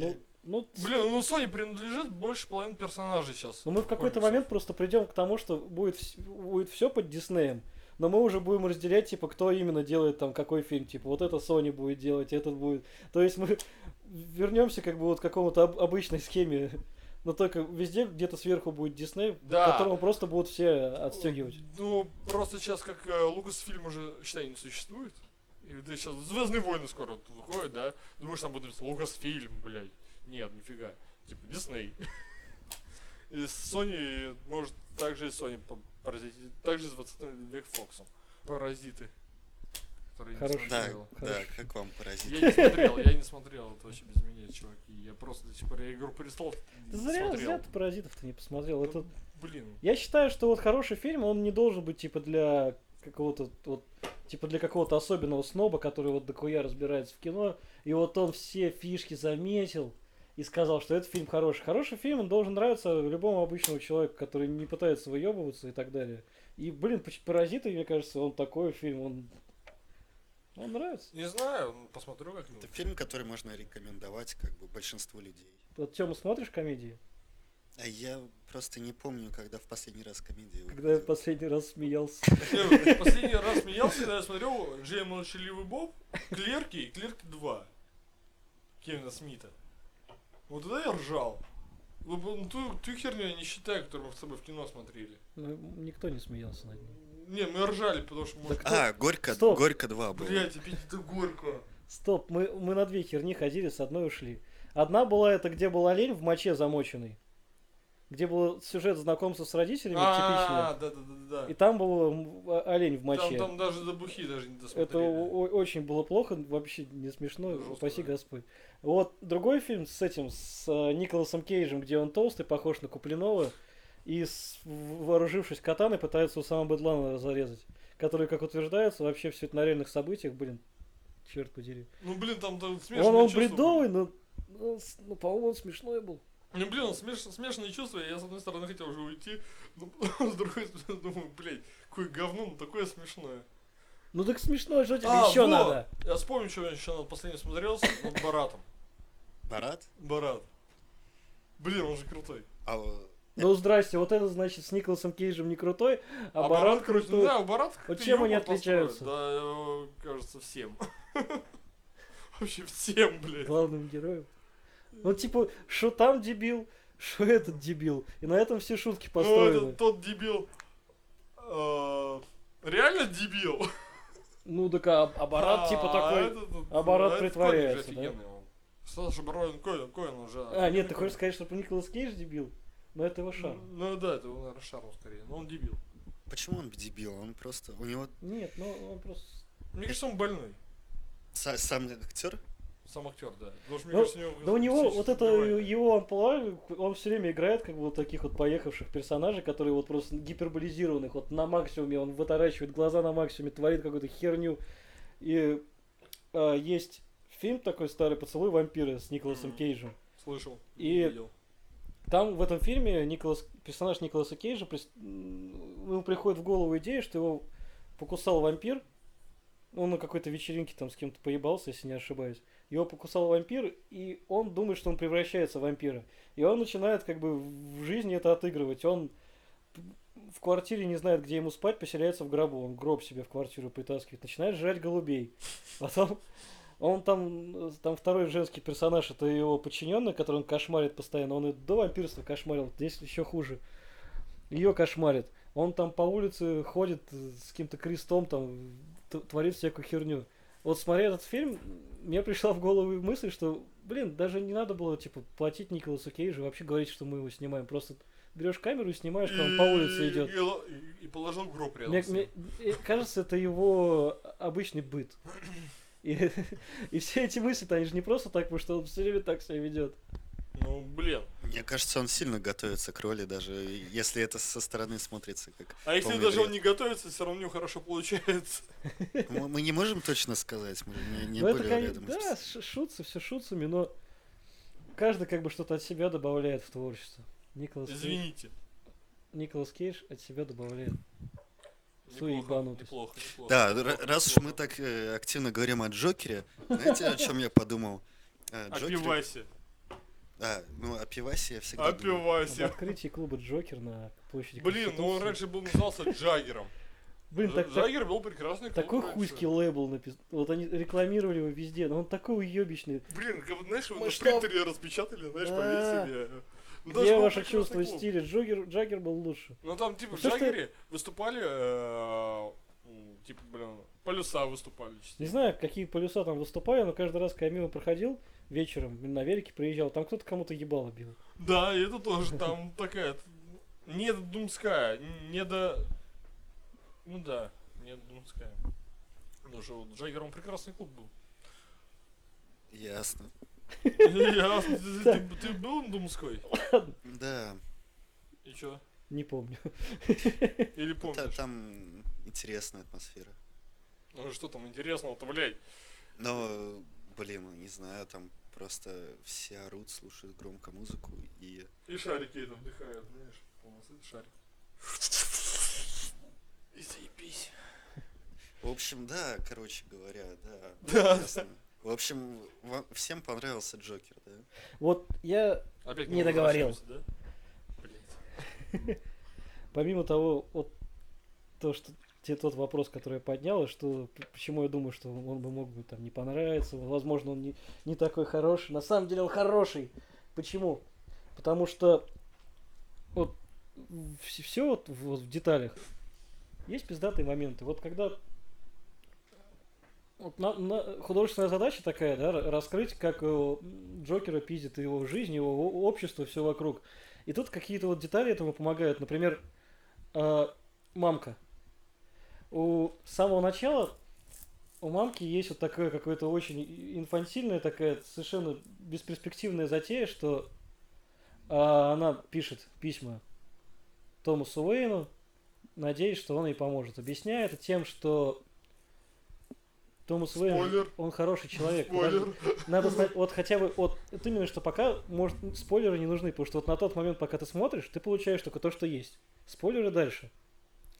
[SPEAKER 1] Ну, ну,
[SPEAKER 3] Блин, ну Sony принадлежит больше половины персонажей сейчас.
[SPEAKER 1] ну мы в какой-то момент просто придем к тому, что будет, вс- будет все под Диснеем, но мы уже будем разделять, типа, кто именно делает там какой фильм. Типа, вот это Sony будет делать, этот будет... То есть мы вернемся как бы вот к какому-то об- обычной схеме, но только везде где-то сверху будет Дисней,
[SPEAKER 3] Да.
[SPEAKER 1] которому просто будут все отстегивать.
[SPEAKER 3] Ну, просто сейчас как э, Лукасфильм уже, считай, не существует. И ты сейчас Звездные войны скоро тут выходят, да? Думаешь, там будет написано Лукасфильм, блядь. Нет, нифига. Типа Дисней. И Sony может также и Sony по- поразить. и Также с 20 век Фоксом. Паразиты. которые я не
[SPEAKER 1] Хороший
[SPEAKER 2] Да,
[SPEAKER 3] смотрел.
[SPEAKER 2] да,
[SPEAKER 1] Хорошо.
[SPEAKER 2] как вам поразить?
[SPEAKER 3] Я не смотрел, я не смотрел, это вообще без меня, чуваки. Я просто до сих пор, я Игру престолов не
[SPEAKER 1] Зря,
[SPEAKER 3] смотрел. Ну,
[SPEAKER 1] зря ты паразитов-то не посмотрел. Это
[SPEAKER 3] Блин,
[SPEAKER 1] Я считаю, что вот хороший фильм, он не должен быть типа для какого-то вот типа для какого-то особенного сноба, который вот дохуя разбирается в кино, и вот он все фишки заметил и сказал, что этот фильм хороший. Хороший фильм, он должен нравиться любому обычному человеку, который не пытается выебываться и так далее. И, блин, поч- «Паразиты», мне кажется, он такой фильм, он... Он нравится.
[SPEAKER 3] не знаю, ну, посмотрю как-нибудь.
[SPEAKER 2] Это фильм, который можно рекомендовать как бы большинству людей.
[SPEAKER 1] Вот, Тёма, смотришь комедии?
[SPEAKER 2] А я просто не помню, когда в последний раз комедия
[SPEAKER 1] Когда я
[SPEAKER 2] выходила.
[SPEAKER 1] последний раз смеялся.
[SPEAKER 3] Я Последний раз смеялся, когда я смотрел Джей Молчаливый Боб, Клерки и Клерки 2. Кевина Смита. Вот тогда я ржал. Ну, б- Ту, ту херню я не считаю, которую мы с тобой в кино смотрели.
[SPEAKER 1] Ну, никто не смеялся над ним.
[SPEAKER 3] Не, мы ржали, потому что мы...
[SPEAKER 1] Так,
[SPEAKER 2] А, Горько,
[SPEAKER 1] Стоп.
[SPEAKER 2] Горько 2 был.
[SPEAKER 3] Блять, опять это горько.
[SPEAKER 1] Стоп, мы, мы на две херни ходили, с одной ушли. Одна была это, где была лень в моче замоченный. Где был сюжет знакомства с родителями
[SPEAKER 3] А,
[SPEAKER 1] типичный.
[SPEAKER 3] да, да, да,
[SPEAKER 1] И
[SPEAKER 3] да.
[SPEAKER 1] там был м, о- олень в
[SPEAKER 3] Там,
[SPEAKER 1] моче.
[SPEAKER 3] там даже до бухи даже не
[SPEAKER 1] Это
[SPEAKER 3] досмотрели.
[SPEAKER 1] о- о- очень было плохо, вообще не смешно,
[SPEAKER 3] Жестко,
[SPEAKER 1] упаси
[SPEAKER 3] да.
[SPEAKER 1] Господь. Вот другой фильм с этим, с э, Николасом Кейджем, где он толстый, похож на Куплинова, и с- в- вооружившись катаной пытается Усама Бедлана зарезать, который, как утверждается, вообще все это на реальных событиях, блин, черт подери.
[SPEAKER 3] Ну, блин, там там смешанные
[SPEAKER 1] Он, он
[SPEAKER 3] чувства были.
[SPEAKER 1] бредовый, но, ну, с- ну, по-моему, он смешной был.
[SPEAKER 3] Ну, блин, он смеш... смешанные чувства, я с одной стороны хотел уже уйти, но потом с другой стороны думаю, блядь, какое говно, но такое смешное.
[SPEAKER 1] Ну так смешно, что тебе
[SPEAKER 3] А,
[SPEAKER 1] еще
[SPEAKER 3] во!
[SPEAKER 1] надо?
[SPEAKER 3] Я вспомню, что я еще на последнем смотрел с над Баратом.
[SPEAKER 2] Барат?
[SPEAKER 3] Барат. Блин, он же крутой.
[SPEAKER 2] А, э,
[SPEAKER 1] Ну здрасте, вот это значит с Николасом Кейджем не крутой, а, Барат
[SPEAKER 3] короче,
[SPEAKER 1] крутой.
[SPEAKER 3] Да, Барат как-то
[SPEAKER 1] Вот чем они
[SPEAKER 3] юмор построен.
[SPEAKER 1] отличаются?
[SPEAKER 3] Да, э, кажется, всем. Вообще всем, блядь.
[SPEAKER 1] Главным героем. Ну типа, что там дебил, что этот дебил. И на этом все шутки
[SPEAKER 3] Ну,
[SPEAKER 1] построены.
[SPEAKER 3] это тот дебил. э, Реально дебил.
[SPEAKER 1] Ну так а, а Барат
[SPEAKER 3] А,
[SPEAKER 1] типа такой...
[SPEAKER 3] этот,
[SPEAKER 1] а Барат
[SPEAKER 3] этот Коэн же
[SPEAKER 1] притворяется, да?
[SPEAKER 3] офигенный он. Саша Барон Коэн, Коэн уже.
[SPEAKER 1] А, нет,
[SPEAKER 3] офигенный
[SPEAKER 1] ты хочешь сказать, что Николас Кейдж дебил? Но это его шарм.
[SPEAKER 3] Ну да, это, наверное, шарм скорее. Но он дебил.
[SPEAKER 2] Почему он дебил? Он просто... У него
[SPEAKER 1] Нет, ну он просто...
[SPEAKER 3] Мне кажется, он больной.
[SPEAKER 2] са- сам актер?
[SPEAKER 3] Сам актер, да. Потому что, мне
[SPEAKER 1] Ну,
[SPEAKER 3] кажется, у него...
[SPEAKER 1] Да у него вот это
[SPEAKER 3] психическое
[SPEAKER 1] его амплуа, он все время играет как бы вот таких вот поехавших персонажей, которые вот просто гиперболизированных, вот на максимуме, он вытаращивает глаза на максимуме, творит какую-то херню. И а, есть фильм такой старый «Поцелуй вампира» с Николасом
[SPEAKER 3] Мгм.
[SPEAKER 1] Кейджем.
[SPEAKER 3] заболевание. Слышал.
[SPEAKER 1] И-
[SPEAKER 3] видел.
[SPEAKER 1] Там в этом фильме Николас, персонаж Николаса Кейджа, прис- м, ему приходит в голову идея, что его покусал вампир. Он на какой-то вечеринке там с кем-то поебался, если не ошибаюсь. Его покусал вампир, и он думает, что он превращается в вампира. И он начинает как бы в жизни это отыгрывать. Он в квартире не знает, где ему спать, поселяется в гробу. Он гроб себе в квартиру притаскивает, начинает жрать голубей. Потом он там, э, там второй женский персонаж, это его подчиненный, который он кошмарит постоянно. Он и до вампирства кошмарил, здесь еще хуже. Ее кошмарит. Он там по улице ходит э, с каким-то крестом, там т- творит всякую херню. Вот смотря этот фильм, мне пришла в голову мысль, что, блин, даже не надо было, типа, платить Николасу Кейджу, вообще говорить, что мы его снимаем. Просто берешь камеру и снимаешь, как он по улице
[SPEAKER 3] И-
[SPEAKER 1] идет.
[SPEAKER 3] И, л- и- и положил в гроб рядом.
[SPEAKER 1] Мне,
[SPEAKER 3] с
[SPEAKER 1] мне-
[SPEAKER 3] ним.
[SPEAKER 1] э, кажется, это его обычный быт. И, и все эти мысли, они же не просто так, потому что он все время так себя ведет.
[SPEAKER 3] Ну, блин.
[SPEAKER 2] Мне кажется, он сильно готовится к роли, даже если это со стороны смотрится как...
[SPEAKER 3] А если
[SPEAKER 2] полный
[SPEAKER 3] даже он
[SPEAKER 2] бред.
[SPEAKER 3] не готовится, все равно у него хорошо получается.
[SPEAKER 2] Мы, мы не можем точно сказать, мы не, не
[SPEAKER 1] Ну, это,
[SPEAKER 2] были
[SPEAKER 1] кон-
[SPEAKER 2] рядом. с
[SPEAKER 1] да, ш- шутся, все шутцами, но каждый как бы что-то от себя добавляет в творчество. Николас, Кейдж-
[SPEAKER 3] Извините.
[SPEAKER 1] Николас Кейдж от себя добавляет. Свою
[SPEAKER 3] Неплохо,
[SPEAKER 1] ебанутость.
[SPEAKER 3] неплохо, неплохо.
[SPEAKER 2] Да,
[SPEAKER 3] неплохо,
[SPEAKER 2] р- раз уж
[SPEAKER 3] неплохо.
[SPEAKER 2] мы так э, активно говорим о Джокере, знаете, о чем я подумал? Э, Джокере-
[SPEAKER 3] Опивайся.
[SPEAKER 2] А, ну о пивасе я всегда думаю.
[SPEAKER 1] Об
[SPEAKER 3] Опивайся.
[SPEAKER 1] открытии клуба Джокер на площади
[SPEAKER 3] Блин, ну он
[SPEAKER 1] Конституции.
[SPEAKER 3] раньше был назывался Джаггером.
[SPEAKER 1] Блин, так- так-
[SPEAKER 3] Джаггер был прекрасный клуб
[SPEAKER 1] такой
[SPEAKER 3] раньше.
[SPEAKER 1] хуйский лейбл написал. Вот они рекламировали его везде, но он такой уебищный.
[SPEAKER 3] Блин, как вот, знаешь, его на
[SPEAKER 1] Масштаб.
[SPEAKER 3] принтере распечатали, знаешь,
[SPEAKER 1] Да.
[SPEAKER 3] повесили. Ну, даже
[SPEAKER 1] Где
[SPEAKER 3] был
[SPEAKER 1] ваше
[SPEAKER 3] прекрасный
[SPEAKER 1] чувство
[SPEAKER 3] клуб.
[SPEAKER 1] стиля? Джокер, Джаггер был лучше.
[SPEAKER 3] Ну там типа в
[SPEAKER 1] Потому что-
[SPEAKER 3] Джаггере выступали, э, м, типа, блин, полюса выступали.
[SPEAKER 1] Не
[SPEAKER 3] частично.
[SPEAKER 1] знаю, какие полюса там выступали, но каждый раз, когда я мимо проходил вечером, на велике приезжал, там кто-то кому-то ебало бил.
[SPEAKER 3] Да, и это тоже там такая не думская, не до... Ну да, не думская. Потому Ну, что вот Джаггер, он прекрасный клуб был.
[SPEAKER 2] Ясно.
[SPEAKER 3] Я- ты- Ты ты был на Думской?
[SPEAKER 2] Да,
[SPEAKER 3] И чё?
[SPEAKER 1] Не помню.
[SPEAKER 3] Или
[SPEAKER 2] та-
[SPEAKER 3] помнишь?
[SPEAKER 2] там интересная атмосфера.
[SPEAKER 3] Ну что там интересного-то, блядь?
[SPEAKER 2] Но, блин, не знаю, там просто все орут, слушают громко музыку и...
[SPEAKER 3] И шарики это вдыхают, знаешь, полосы, шарик. И заебись.
[SPEAKER 2] В общем, да, короче говоря, да.
[SPEAKER 3] Да.
[SPEAKER 2] ясно. В общем, вам- всем понравился Джокер, да?
[SPEAKER 1] Вот я,
[SPEAKER 3] Опять
[SPEAKER 1] Не договорил.
[SPEAKER 3] Да? Блядь.
[SPEAKER 1] помимо того, вот то, что те тот вопрос, который я поднял, и что п- почему я думаю, что он бы мог бы там не понравиться, возможно, он не, не такой хороший. На самом деле он хороший. Почему? Потому что вот все, вот, в- вот в деталях. Есть пиздатые моменты. Вот когда вот на- на- художественная задача такая, да, ра- раскрыть, как э, м, Джокера пиздит его жизнь, его о- общество, все вокруг. И тут какие-то вот детали этому помогают. Например, э, мамка. У самого начала у мамки есть вот такое какое-то очень и- инфантильное, такая совершенно бесперспективная затея, что а, она пишет письма Томасу Уэйну, надеясь, что он ей поможет. Объясняет это тем, что Томас Уэйн,
[SPEAKER 3] Спойлер.
[SPEAKER 1] он хороший человек. Даже-
[SPEAKER 3] Спойлер.
[SPEAKER 1] надо знать, вот хотя бы, вот, это именно, что пока, может, спойлеры не нужны, потому что вот на тот момент, пока ты смотришь, ты получаешь только то, что есть. Спойлеры дальше.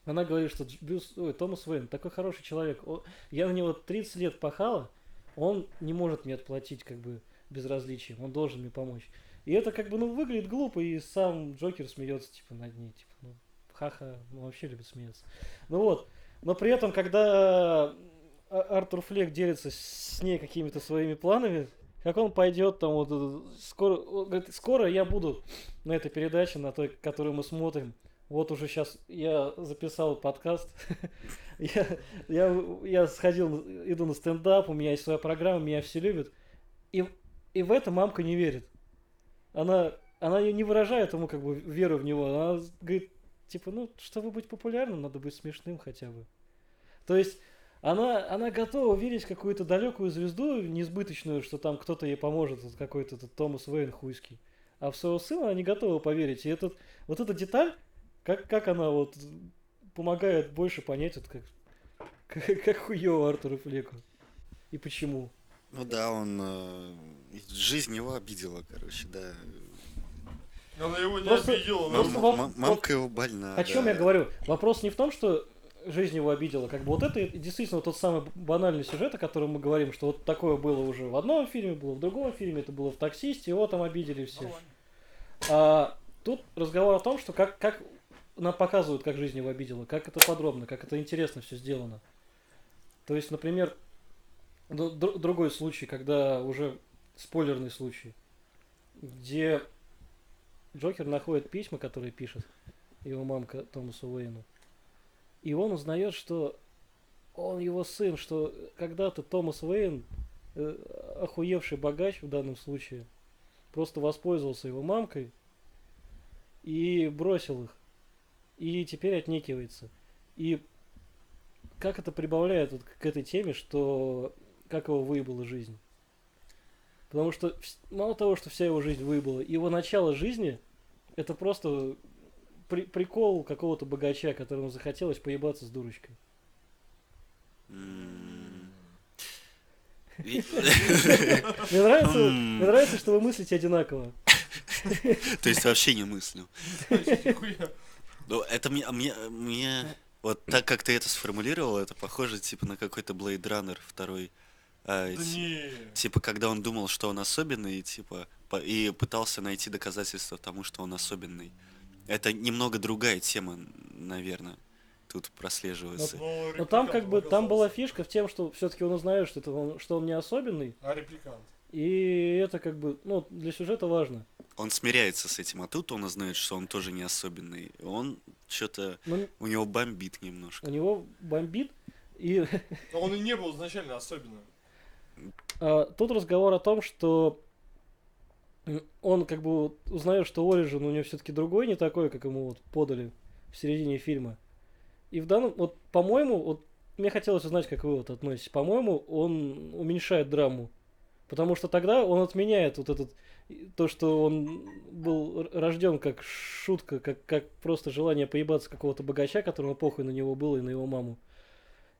[SPEAKER 1] Она говорит, что Дж- Брюс, ой, Томас Уэйн такой хороший человек. О, я на него 30 лет пахала, он не может мне отплатить как бы безразличием, он должен мне помочь. И это как бы, ну, выглядит глупо, и сам Джокер смеется, типа, над ней, типа, ну, ха-ха, он вообще любит смеяться. Ну вот, но при этом, когда а- Артур Флек делится с ней какими-то своими планами, как он пойдет там вот э, скоро, он говорит, скоро я буду на этой передаче, на той, которую мы смотрим. Вот уже сейчас я записал подкаст, я, я, я сходил, иду на стендап, у меня есть своя программа, меня все любят. И, и в это мамка не верит. Она она не выражает ему как бы веру в него, она говорит, типа, ну, чтобы быть популярным, надо быть смешным хотя бы. То есть она, она готова верить в какую-то далекую звезду несбыточную, что там кто-то ей поможет, вот какой-то этот Томас Вейн хуйский. А в своего сына она не готова поверить. И этот, вот эта деталь, как, как она вот помогает больше понять, вот как, как, как хуёво Артуру Флеку. И почему.
[SPEAKER 2] Ну да, он... э, Жизнь его обидела, короче, да.
[SPEAKER 3] Она его не
[SPEAKER 1] Просто-
[SPEAKER 3] обидела. она
[SPEAKER 1] Ну, просто
[SPEAKER 2] Мам-
[SPEAKER 1] вам-
[SPEAKER 2] мам-
[SPEAKER 1] вот
[SPEAKER 2] Мамка его больна.
[SPEAKER 1] О чем
[SPEAKER 2] да.
[SPEAKER 1] я говорю? Вопрос не в том, что жизнь его обидела. Как бы вот это действительно тот самый банальный сюжет, о котором мы говорим, что вот такое было уже в одном фильме, было в другом фильме, это было в таксисте, его там обидели все. А тут разговор о том, что как, как нам показывают, как жизнь его обидела, как это подробно, как это интересно все сделано. То есть, например, д- др- другой случай, когда уже спойлерный случай, где Джокер находит письма, которые пишет его мамка Томасу Уэйну. И он узнает, что он его сын, что когда-то Томас Уэйн, э, охуевший богач в данном случае, просто воспользовался его мамкой и бросил их. И теперь отнекивается. И как это прибавляет вот к этой теме, что как его выебала жизнь. Потому что вс- мало того, что вся его жизнь выебала, его начало жизни это просто при- прикол какого-то богача, которому захотелось поебаться с дурочкой.
[SPEAKER 2] М. И-
[SPEAKER 1] Мне нравится,
[SPEAKER 2] М.
[SPEAKER 1] мне нравится, что вы мыслите одинаково.
[SPEAKER 2] То есть вообще не мыслю.
[SPEAKER 3] значит, нихуя.
[SPEAKER 2] Ну, это мне, а мне, мне... Вот так, как ты это сформулировал, это похоже, типа, на какой-то Blade Runner второй. А,
[SPEAKER 3] Да
[SPEAKER 2] ти-
[SPEAKER 3] не.
[SPEAKER 2] Типа, когда он думал, что он особенный, и, типа, по- и пытался найти доказательства тому, что он особенный. Это немного другая тема, наверное, тут прослеживается.
[SPEAKER 3] Но
[SPEAKER 1] Но там
[SPEAKER 3] репликант
[SPEAKER 1] как бы там
[SPEAKER 3] оказался.
[SPEAKER 1] была фишка в тем, что все-таки он узнает, что, это он, что он не особенный,
[SPEAKER 3] А репликант?
[SPEAKER 1] и это как бы ну для сюжета важно.
[SPEAKER 2] Он смиряется с этим, а тут он узнает, что он тоже не особенный. Он что-то...
[SPEAKER 1] Но
[SPEAKER 2] У него бомбит
[SPEAKER 1] Ну, у
[SPEAKER 2] немножко.
[SPEAKER 1] него бомбит, и
[SPEAKER 3] Но он и не был изначально особенным.
[SPEAKER 1] А, тут разговор о том, что м, он как бы вот узнает, что Origin у него все-таки другой, не такой, как ему вот подали в середине фильма. И в данном, вот, по-моему, вот мне хотелось узнать, как вы вот относитесь. По-моему, он уменьшает драму. Потому что тогда он отменяет вот этот и- то, что он был р- рожден как шутка, как, как просто желание поебаться какого-то богача, которому похуй на него было и на его маму.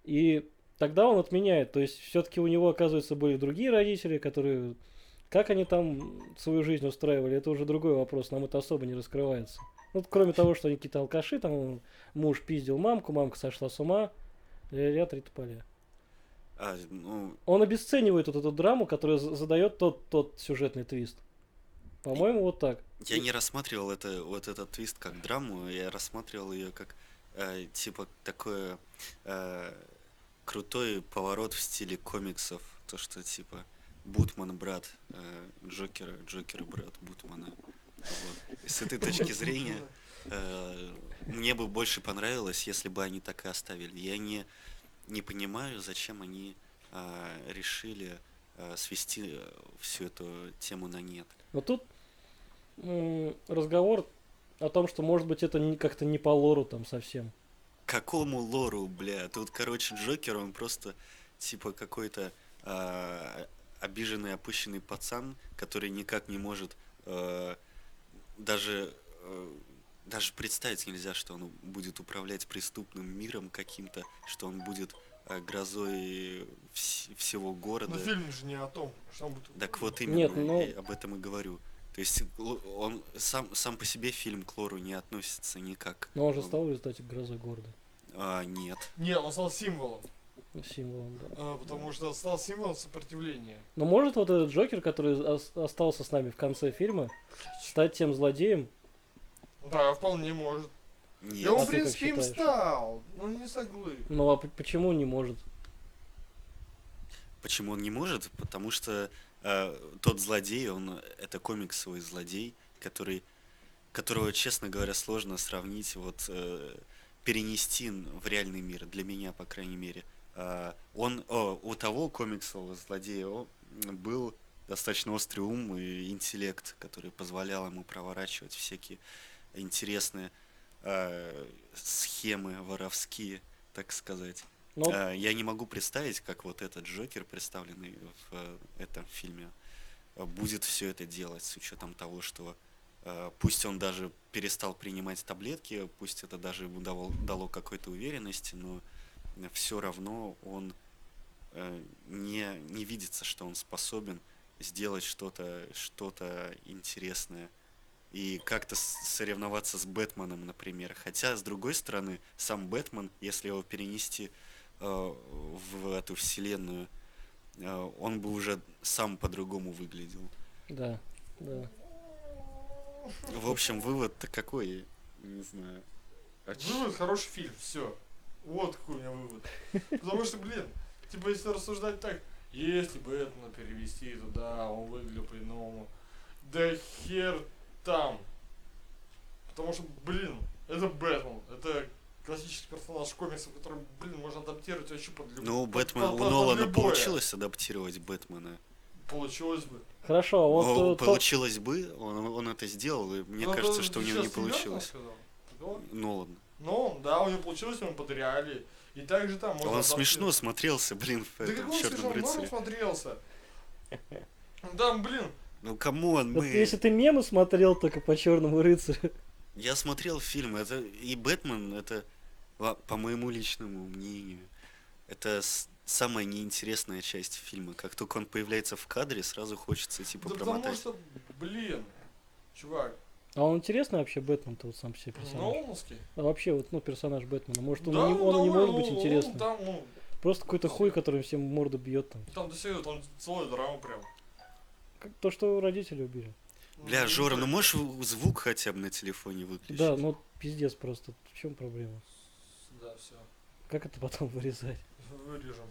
[SPEAKER 1] И тогда он отменяет. То есть все-таки у него, оказывается, были другие родители, которые... Как они там свою жизнь устраивали, это уже другой вопрос, нам это особо не раскрывается. Ну, кроме того, что они какие-то алкаши, там муж пиздил мамку, мамка сошла с ума, ряд поля.
[SPEAKER 2] А, ну,
[SPEAKER 1] Он обесценивает вот эту драму, которая за- задает тот, тот сюжетный твист. По-моему, вот так.
[SPEAKER 2] Я не рассматривал это, вот этот твист как драму, я рассматривал ее как э, типа такое э, крутой поворот в стиле комиксов, то что типа Бутман брат э, Джокера, Джокер брат Бутмана. Вот. И С этой точки зрения э, мне бы больше понравилось, если бы они так и оставили. Я не не понимаю, зачем они э, решили э, свести э, всю эту тему на нет.
[SPEAKER 1] Но тут м, разговор о том, что, может быть, это не- как-то не по лору там совсем.
[SPEAKER 2] Какому лору, бля? Тут, короче, Джокер, он просто типа какой-то а, обиженный, опущенный пацан, который никак не может э, даже э, даже представить нельзя, что он будет управлять преступным миром каким-то, что он будет э, грозой вс- всего города.
[SPEAKER 3] Но фильм же не о том, что он будет...
[SPEAKER 2] Так вот именно,
[SPEAKER 1] Нет, ну-
[SPEAKER 2] я об этом и говорю. То есть л- он сам, сам по себе фильм к лору не относится никак.
[SPEAKER 1] Но он же стал в результате грозой города.
[SPEAKER 2] А, нет.
[SPEAKER 3] Не, он стал символом.
[SPEAKER 1] Символом, да.
[SPEAKER 3] э, Потому что стал символом сопротивления.
[SPEAKER 1] Но может вот этот Джокер, который ос- остался с нами в конце фильма, стать тем злодеем?
[SPEAKER 3] Ну Да, вполне может.
[SPEAKER 2] Нет.
[SPEAKER 3] И он,
[SPEAKER 1] А
[SPEAKER 3] в
[SPEAKER 1] ты как
[SPEAKER 3] принципе, им
[SPEAKER 1] считаешь?
[SPEAKER 3] стал. Ну, не соглы.
[SPEAKER 1] Ну а п- почему не может?
[SPEAKER 2] Почему он не может? Потому что э, тот злодей, он это комиксовый злодей, который, которого, честно говоря, сложно сравнить, вот э, перенести н- в реальный мир для меня, по Э, крайней мере. А, он о, у того комиксового злодея о, был достаточно острый ум и интеллект, который позволял ему проворачивать всякие интересные э, схемы воровские, так сказать.
[SPEAKER 1] Но вот
[SPEAKER 2] Э, я не могу представить, как вот этот Джокер, представленный в э, этом фильме, э, будет все это делать с учетом того, что э, пусть он даже перестал принимать таблетки, пусть это даже ему дало, дало какой-то уверенности, но все равно он э, не, не видится, что он способен сделать что-то что интересное и как-то с- соревноваться с Бэтменом, например. Хотя, с другой стороны, сам Бэтмен, если его перенести э, в эту вселенную, э, он бы уже сам по-другому выглядел.
[SPEAKER 1] Да, да.
[SPEAKER 3] Ну,
[SPEAKER 2] В общем, вывод-то какой? Не знаю. А ч-
[SPEAKER 3] Вывод Ну, хороший фильм, все. Вот какой у меня вывод. Потому что, блин, типа если рассуждать так, если бы это перевести туда, он выглядел по-иному. Да хер там. Потому что, блин, это Бэтмен. Это классический персонаж комиксов, который, блин, можно адаптировать вообще под любой.
[SPEAKER 2] Ну, Бэтмен, у Нолана получилось адаптировать Бэтмена.
[SPEAKER 3] Получилось бы.
[SPEAKER 1] Хорошо, вот
[SPEAKER 2] О,
[SPEAKER 1] э, то-
[SPEAKER 2] получилось бы, он, он это сделал, и мне
[SPEAKER 3] Ну,
[SPEAKER 2] кажется,
[SPEAKER 3] это
[SPEAKER 2] что у
[SPEAKER 3] ты
[SPEAKER 2] него не
[SPEAKER 3] щас верно
[SPEAKER 2] получилось.
[SPEAKER 3] сказал? Ну,
[SPEAKER 2] Нолан.
[SPEAKER 3] Ну, да, у него получилось, ему подарили. И также там можно
[SPEAKER 2] Он
[SPEAKER 3] адаптировать.
[SPEAKER 2] смешно смотрелся, блин, в
[SPEAKER 3] Да как
[SPEAKER 2] этом
[SPEAKER 3] он
[SPEAKER 2] черном
[SPEAKER 3] смешон, норм
[SPEAKER 2] рыцаре.
[SPEAKER 3] смотрелся. Ну Там, блин,
[SPEAKER 2] Ну камон,
[SPEAKER 1] вот
[SPEAKER 2] мы.
[SPEAKER 1] если ты мемы смотрел только по черному рыцарю.
[SPEAKER 2] Я смотрел фильм, это и Бэтмен, это, ла- по моему личному мнению, это с- самая неинтересная часть фильма. Как только он появляется в кадре, сразу хочется типа
[SPEAKER 3] да потому
[SPEAKER 2] промотать.
[SPEAKER 3] что, блин, чувак,
[SPEAKER 1] А он интересный вообще Бэтмен, то вот сам по себе персонаж.
[SPEAKER 3] Нолановский.
[SPEAKER 1] А вообще, вот, ну, персонаж Бэтмена. Может, он,
[SPEAKER 3] Ну. Да, ну,
[SPEAKER 1] не, он не
[SPEAKER 3] довольно,
[SPEAKER 1] может быть
[SPEAKER 3] он- он
[SPEAKER 1] интересным.
[SPEAKER 3] Там, ну,
[SPEAKER 1] Просто какой-то хуй, которым всем морду бьет там.
[SPEAKER 3] там до сих там целая драма прям.
[SPEAKER 1] Как То, что родители убили.
[SPEAKER 2] Бля,
[SPEAKER 3] Ну,
[SPEAKER 2] Жора, ну
[SPEAKER 3] блин.
[SPEAKER 2] можешь в- звук хотя бы на телефоне выключить?
[SPEAKER 1] Да, ну пиздец просто. В чем проблема?
[SPEAKER 3] Да, все.
[SPEAKER 1] Как это потом вырезать?
[SPEAKER 3] Вырежем.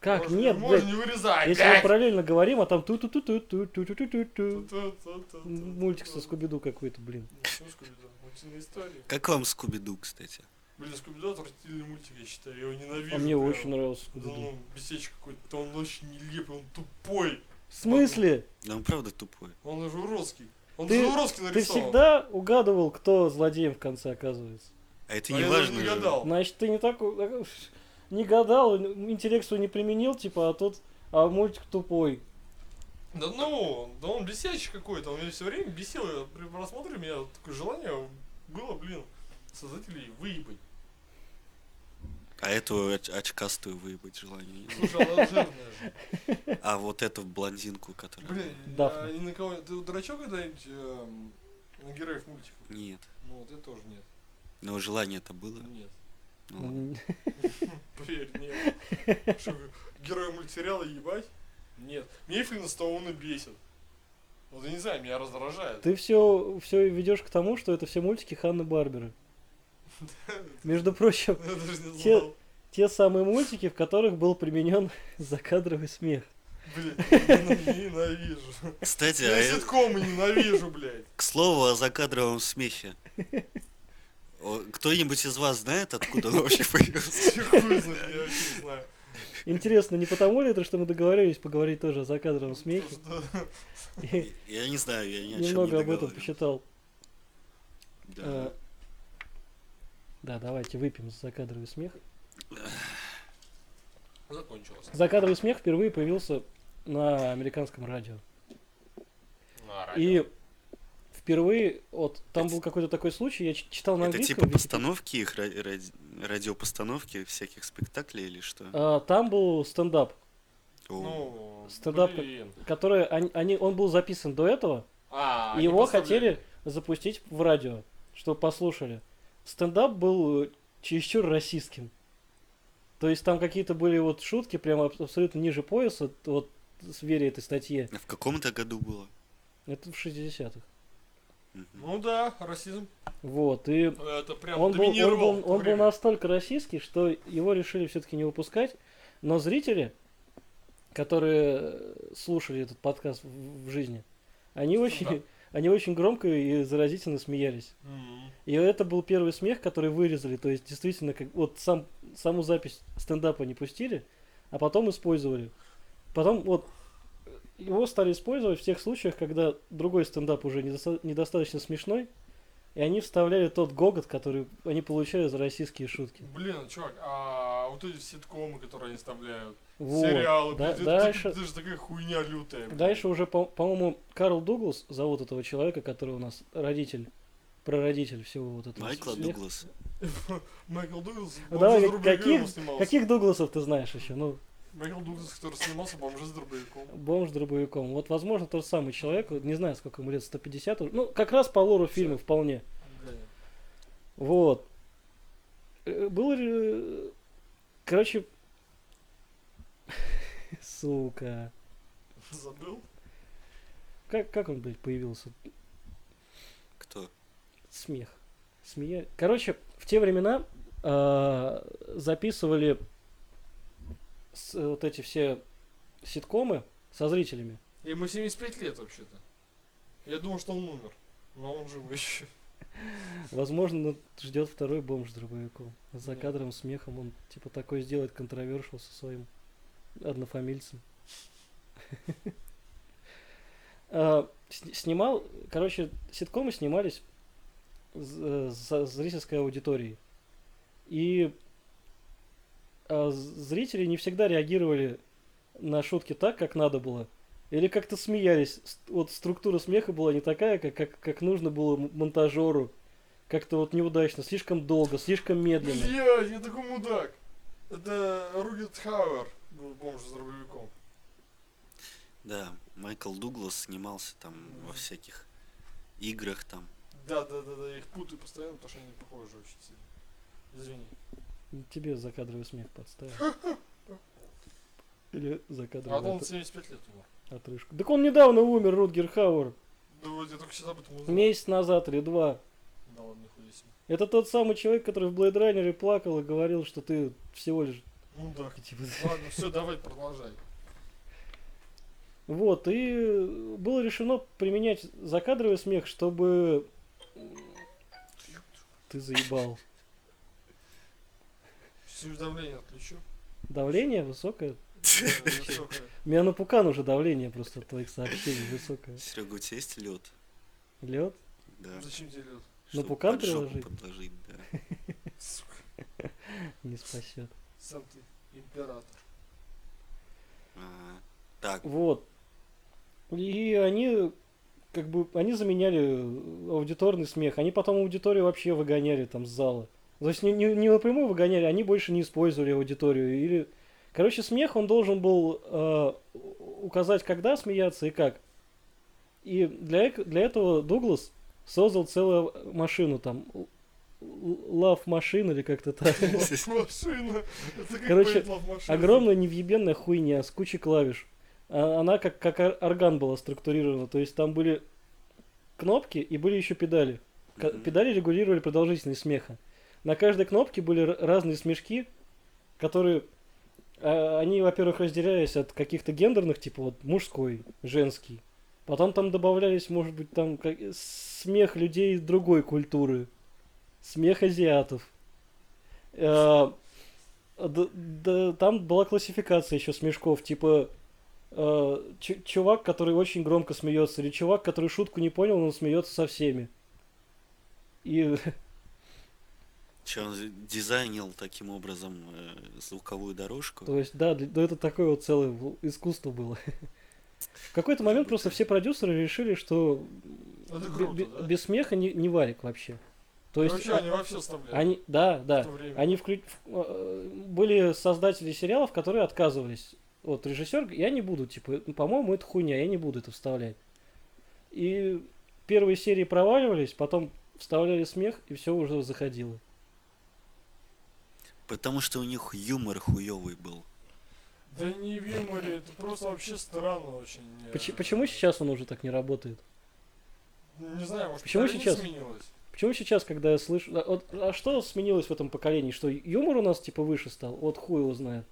[SPEAKER 1] Как?
[SPEAKER 3] Можно-
[SPEAKER 1] Нет,
[SPEAKER 3] Можно
[SPEAKER 1] блядь.
[SPEAKER 3] не вырезать,
[SPEAKER 1] Если мы параллельно говорим, а там ту ту ту ту ту ту ту ту ту ту Мультик со
[SPEAKER 3] Скуби.
[SPEAKER 1] Скуби-Ду какой-то, блин.
[SPEAKER 3] Мультивные истории.
[SPEAKER 2] Как вам Скуби-Ду, кстати?
[SPEAKER 3] Блин, Скуби-Ду отвратительный мультик, я считаю, я его ненавижу.
[SPEAKER 1] А мне
[SPEAKER 3] прям.
[SPEAKER 1] очень нравился
[SPEAKER 3] Да,
[SPEAKER 1] Скуби-Ду.
[SPEAKER 3] ну, бесечка какой-то, он очень нелепый, он тупой.
[SPEAKER 1] В смысле?
[SPEAKER 2] Да он правда тупой.
[SPEAKER 3] Он же уродский. Он
[SPEAKER 1] Ты-
[SPEAKER 3] же уродский
[SPEAKER 1] Ты
[SPEAKER 3] ну, нарисован.
[SPEAKER 1] всегда угадывал, кто злодеем в конце оказывается.
[SPEAKER 2] А это
[SPEAKER 3] А
[SPEAKER 2] не
[SPEAKER 3] я даже
[SPEAKER 2] важно.
[SPEAKER 3] не
[SPEAKER 2] же.
[SPEAKER 3] гадал.
[SPEAKER 1] Значит, ты не так у- не гадал, интеллект свой не применил, типа, а тот, а мультик тупой.
[SPEAKER 3] Да ну, да он бесящий какой-то, он меня все время бесил. Я при просмотре у меня такое желание было, блин, создателей выебать.
[SPEAKER 2] А эту оч- очкастую выебать желание. нет.
[SPEAKER 3] Слушай, она жирная же.
[SPEAKER 2] А вот эту блондинку, которая...
[SPEAKER 3] Блин,
[SPEAKER 1] Дафна.
[SPEAKER 3] я ни на кого... Ты дурачок когда-нибудь эм, на героев мультиков?
[SPEAKER 2] Нет.
[SPEAKER 3] Ну вот я тоже нет.
[SPEAKER 2] Но желание-то было.
[SPEAKER 3] Нет.
[SPEAKER 2] Ну ладно.
[SPEAKER 3] Поверь, нет. Что, героя мультсериала ебать? Нет. Мне Флина Стоуна бесит. Вот я не знаю, меня раздражает.
[SPEAKER 1] Ты все, все ведешь к тому, что это все мультики Ханны Барбера. Между прочим,
[SPEAKER 3] Я даже не
[SPEAKER 1] Те-
[SPEAKER 3] знал.
[SPEAKER 1] те самые мультики, в которых был применен закадровый смех.
[SPEAKER 3] Блин, ненавижу.
[SPEAKER 2] Кстати, а
[SPEAKER 3] Я
[SPEAKER 2] э-
[SPEAKER 3] ситкомы ненавижу, блядь.
[SPEAKER 2] К слову о закадровом смехе. О, Кто-нибудь из вас знает, откуда он вообще появился?
[SPEAKER 3] Чё хуй знает, я вообще не знаю.
[SPEAKER 1] Интересно, не потому ли это, что мы договорились поговорить тоже о закадровом смехе?
[SPEAKER 3] Потому что-
[SPEAKER 1] И
[SPEAKER 2] Я не знаю, я ни о чем не
[SPEAKER 1] Немного об этом
[SPEAKER 2] договорен.
[SPEAKER 1] посчитал.
[SPEAKER 2] Да.
[SPEAKER 1] Э, Да, давайте выпьем за закадровый смех.
[SPEAKER 3] Закончилось.
[SPEAKER 1] Закадровый смех впервые появился на американском радио.
[SPEAKER 3] На радио.
[SPEAKER 1] И впервые, вот, там был какой-то такой случай, я ч- читал на
[SPEAKER 2] Это
[SPEAKER 1] английском.
[SPEAKER 2] типа
[SPEAKER 1] в Википедии.
[SPEAKER 2] постановки их, ра- ради- радиопостановки всяких спектаклей или что?
[SPEAKER 1] А, Там был стендап,
[SPEAKER 2] О,
[SPEAKER 3] Ну,
[SPEAKER 1] Стендап как-
[SPEAKER 3] блин.
[SPEAKER 1] который они, они- он был записан до этого,
[SPEAKER 3] А,
[SPEAKER 1] и
[SPEAKER 3] они
[SPEAKER 1] его
[SPEAKER 3] поставляли.
[SPEAKER 1] хотели запустить в радио, чтобы послушали. Стендап был э, чересчур расистским. То есть там какие-то были вот шутки прямо аб- абсолютно ниже пояса, вот с вере этой статье.
[SPEAKER 2] а В каком-то году было?
[SPEAKER 1] Это в 60-х.
[SPEAKER 2] Мгм.
[SPEAKER 3] Ну да, расизм.
[SPEAKER 1] Вот, и
[SPEAKER 3] Это прям
[SPEAKER 1] он был, он, был,
[SPEAKER 3] доминировал.
[SPEAKER 1] он был настолько российский, что его решили все-таки не выпускать. Но зрители, которые э, слушали этот подкаст в, в жизни, они очень,
[SPEAKER 3] Стендап.
[SPEAKER 1] они очень громко и заразительно смеялись.
[SPEAKER 3] М.
[SPEAKER 1] И это был первый смех, который вырезали. То есть, действительно, как вот сам, саму запись стендапа не пустили, а потом использовали. Потом вот его стали использовать в тех случаях, когда другой стендап уже недоста- недостаточно смешной, и они вставляли тот гогот, который они получали за российские шутки.
[SPEAKER 3] Блин, чувак, а вот эти ситкомы, которые они вставляют,
[SPEAKER 1] Вот.
[SPEAKER 3] сериалы,
[SPEAKER 1] Да-
[SPEAKER 3] блин, это,
[SPEAKER 1] дальше,
[SPEAKER 3] это же такая хуйня лютая. блин.
[SPEAKER 1] дальше уже, по- по-моему, Карл Дуглас зовут этого человека, который у нас родитель, прародитель всего вот этого.
[SPEAKER 2] Майкла
[SPEAKER 1] смеха.
[SPEAKER 2] Дугласа.
[SPEAKER 3] Майкл Дуглас,
[SPEAKER 1] Ну
[SPEAKER 3] бомжи
[SPEAKER 1] давай,
[SPEAKER 3] с дробовиком
[SPEAKER 1] каких-
[SPEAKER 3] снимался.
[SPEAKER 1] Каких Дугласов ты знаешь еще? Ну,
[SPEAKER 3] Майкл Дуглас, который снимался бомжи с дробовиком.
[SPEAKER 1] бомж дробовиком. Вот, возможно, тот самый человек, вот не знаю, сколько ему лет, 150, уже. ну, как раз по лору фильма вполне.
[SPEAKER 3] Блин.
[SPEAKER 1] Вот. Э, Было... э, Короче... Сука.
[SPEAKER 3] Забыл?
[SPEAKER 1] Как, как он, блядь, появился?
[SPEAKER 2] Кто?
[SPEAKER 1] Смех. Смея... Короче, в те времена а, записывали с- вот эти все ситкомы со зрителями.
[SPEAKER 3] Ему 75 лет вообще-то. Я думал, что он умер. Но он живой еще.
[SPEAKER 1] Возможно, ждет второй бомж с дробовиком. За
[SPEAKER 3] Да.
[SPEAKER 1] кадром смехом он типа такой сделает контровершил со своим однофамильцем. А, с- Снимал, короче, ситкомы снимались з- э, за зрительской аудиторией. И а, з- зрители не всегда реагировали на шутки так, как надо было. Или как-то смеялись. С- Вот структура смеха была не такая, как, как, как нужно было м- монтажеру. Как-то вот неудачно, слишком долго, слишком медленно.
[SPEAKER 3] Бля, я такой мудак. Это Ругет Хауэр был бомж с дробовиком.
[SPEAKER 2] Да, Майкл Дуглас снимался там во всяких играх там.
[SPEAKER 3] Да, да, да, да, я их путаю постоянно, потому что они похожи очень сильно. Извини.
[SPEAKER 1] Тебе закадровый смех подставил. Или
[SPEAKER 3] А
[SPEAKER 1] закадровый
[SPEAKER 3] он
[SPEAKER 1] от...
[SPEAKER 3] 75 лет умер.
[SPEAKER 1] отрыжку. Так он недавно умер, Рутгер Хауэр.
[SPEAKER 3] Да вот я только сейчас об этом узнал.
[SPEAKER 1] Месяц назад или два.
[SPEAKER 3] Да ладно, нихуя себе.
[SPEAKER 1] Это тот самый человек, который в Блейд Раннере плакал и говорил, что ты всего лишь...
[SPEAKER 3] Мудак.
[SPEAKER 1] типа,
[SPEAKER 3] Ну Ладно, все, давай продолжай.
[SPEAKER 1] Вот, и э, было решено применять закадровый смех, чтобы... Ты заебал.
[SPEAKER 3] Все уведомления отключу.
[SPEAKER 1] Давление высокое.
[SPEAKER 3] Да, высокое.
[SPEAKER 1] У меня на пукан уже давление просто от твоих сообщений высокое.
[SPEAKER 2] Серега, у тебя есть лед?
[SPEAKER 1] Лед?
[SPEAKER 2] Да.
[SPEAKER 3] Зачем тебе лед?
[SPEAKER 1] Ну,
[SPEAKER 2] Чтоб
[SPEAKER 1] пукан
[SPEAKER 2] под жопу
[SPEAKER 1] приложить?
[SPEAKER 2] подложить, да.
[SPEAKER 3] Сука,
[SPEAKER 1] Не спасет.
[SPEAKER 3] сам ты император.
[SPEAKER 2] А, Так,
[SPEAKER 1] Вот. И они как бы они заменяли э, аудиторный смех. Они потом аудиторию вообще выгоняли там с зала. То есть не, не, не напрямую выгоняли, они больше не использовали аудиторию. Или... Короче, смех он должен был э, указать, когда смеяться и как. И для, эк- для этого Дуглас создал целую машину там. Лав машин или как-то так.
[SPEAKER 3] Машина. Это как
[SPEAKER 1] Короче,
[SPEAKER 3] поедла в машине.
[SPEAKER 1] Огромная невъебенная хуйня с кучей клавиш. А- Она как, как ор- орган была структурирована. То есть там были кнопки и были еще педали. Ка-
[SPEAKER 2] Мгм.
[SPEAKER 1] Педали регулировали продолжительность смеха. На каждой кнопке были р- разные смешки, которые... э, Они, во-первых, разделялись от каких-то гендерных, типа вот мужской, женский. Потом там добавлялись, может быть, там как- смех людей другой культуры. Смех азиатов. Э, да- да, там была классификация еще смешков, типа э, чу- чувак, который очень громко смеется, или чувак, который шутку не понял, но он смеется со всеми. И
[SPEAKER 2] Че, он дизайнил таким образом э, звуковую дорожку?
[SPEAKER 1] То есть, да, для- да, это такое вот целое в- искусство было. В какой-то момент просто все продюсеры решили, что
[SPEAKER 3] ну Это
[SPEAKER 1] бе-
[SPEAKER 3] круто,
[SPEAKER 1] бе-
[SPEAKER 3] да?
[SPEAKER 1] без смеха не, не варик вообще. То есть
[SPEAKER 3] Короче,
[SPEAKER 1] а-
[SPEAKER 3] они Ну, вообще вставляют.
[SPEAKER 1] они, да,
[SPEAKER 3] В
[SPEAKER 1] да,
[SPEAKER 3] то время.
[SPEAKER 1] они вклю- в- э, были создатели сериалов, которые отказывались. Вот режиссер, г- я не буду, типа, «Ну, по-моему, это хуйня, я не буду это вставлять. И первые серии проваливались, потом вставляли смех, и все уже заходило.
[SPEAKER 2] Потому что у них юмор хуёвый был.
[SPEAKER 3] Да не в юморе, это просто вообще странно очень. э,
[SPEAKER 1] Поч- почему сейчас он уже так не работает?
[SPEAKER 3] Не знаю, может,
[SPEAKER 1] Почему
[SPEAKER 3] поколение
[SPEAKER 1] сейчас?
[SPEAKER 3] сменилось?
[SPEAKER 1] Почему сейчас, когда я слышу... А, вот, а что сменилось в этом поколении? Что юмор у нас типа выше стал? Вот хуй его знает.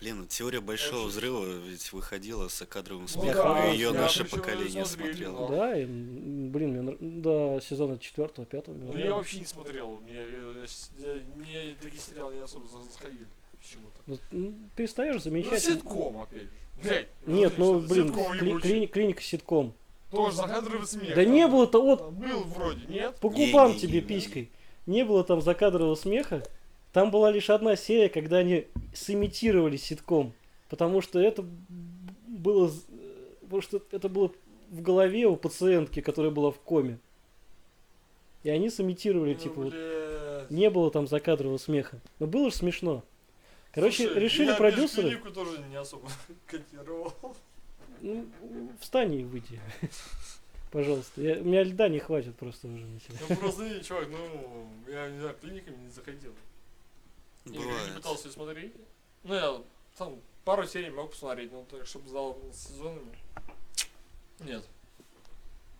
[SPEAKER 2] Блин, ну, теория большого
[SPEAKER 3] Очень.
[SPEAKER 2] взрыва ведь выходила с кадровым
[SPEAKER 3] Ну
[SPEAKER 2] смехом,
[SPEAKER 1] да,
[SPEAKER 2] и ее
[SPEAKER 1] я
[SPEAKER 2] наше
[SPEAKER 3] причём её
[SPEAKER 2] поколение
[SPEAKER 3] смотрели,
[SPEAKER 2] смотрело.
[SPEAKER 3] но-
[SPEAKER 1] Да, и, м, блин, мне нрав- до сезона 4 пятого.
[SPEAKER 3] Ну, я вообще не смотрел. Мне, э, с- я- мне такие сериалы не особо за- заходили. почему-то.
[SPEAKER 1] Вот, ну, перестаешь
[SPEAKER 3] Ну,
[SPEAKER 1] замечать.
[SPEAKER 3] ситком, опять же. Блядь,
[SPEAKER 1] Нет, ну
[SPEAKER 3] отлично,
[SPEAKER 1] блин,
[SPEAKER 3] ситком
[SPEAKER 1] кли-
[SPEAKER 3] ебучий.
[SPEAKER 1] клини- клиника ситком.
[SPEAKER 3] Тоже закадровый смех.
[SPEAKER 1] Да не было-то, вот,
[SPEAKER 3] Там Был вроде, нет?
[SPEAKER 1] по
[SPEAKER 2] Не,
[SPEAKER 1] губам
[SPEAKER 2] не,
[SPEAKER 1] тебе
[SPEAKER 2] не, не.
[SPEAKER 1] писькой. Не было там закадрового смеха. Там была лишь одна серия, когда они сымитировали ситком. Потому что это б- было... з- э, Потому что это было в голове у пациентки, которая была в коме. И они сымитировали, типа, вот,
[SPEAKER 3] Э, Ну, Блядь.
[SPEAKER 1] не было там закадрового смеха. Но было же смешно. Короче,
[SPEAKER 3] Слушай,
[SPEAKER 1] решили
[SPEAKER 3] я
[SPEAKER 1] продюсеры...
[SPEAKER 3] «Межклинику» тоже не особо котировал.
[SPEAKER 1] Ну, встань и выйди. Пожалуйста. Я- у меня льда не хватит просто уже на тебя.
[SPEAKER 3] Ну просто, не, чувак, ну, я не знаю, клиниками не заходил. Я не
[SPEAKER 2] Бывает.
[SPEAKER 3] пытался её смотреть. Ну, я там пару серий мог посмотреть, но так, чтобы зал был с сезонами. Нет.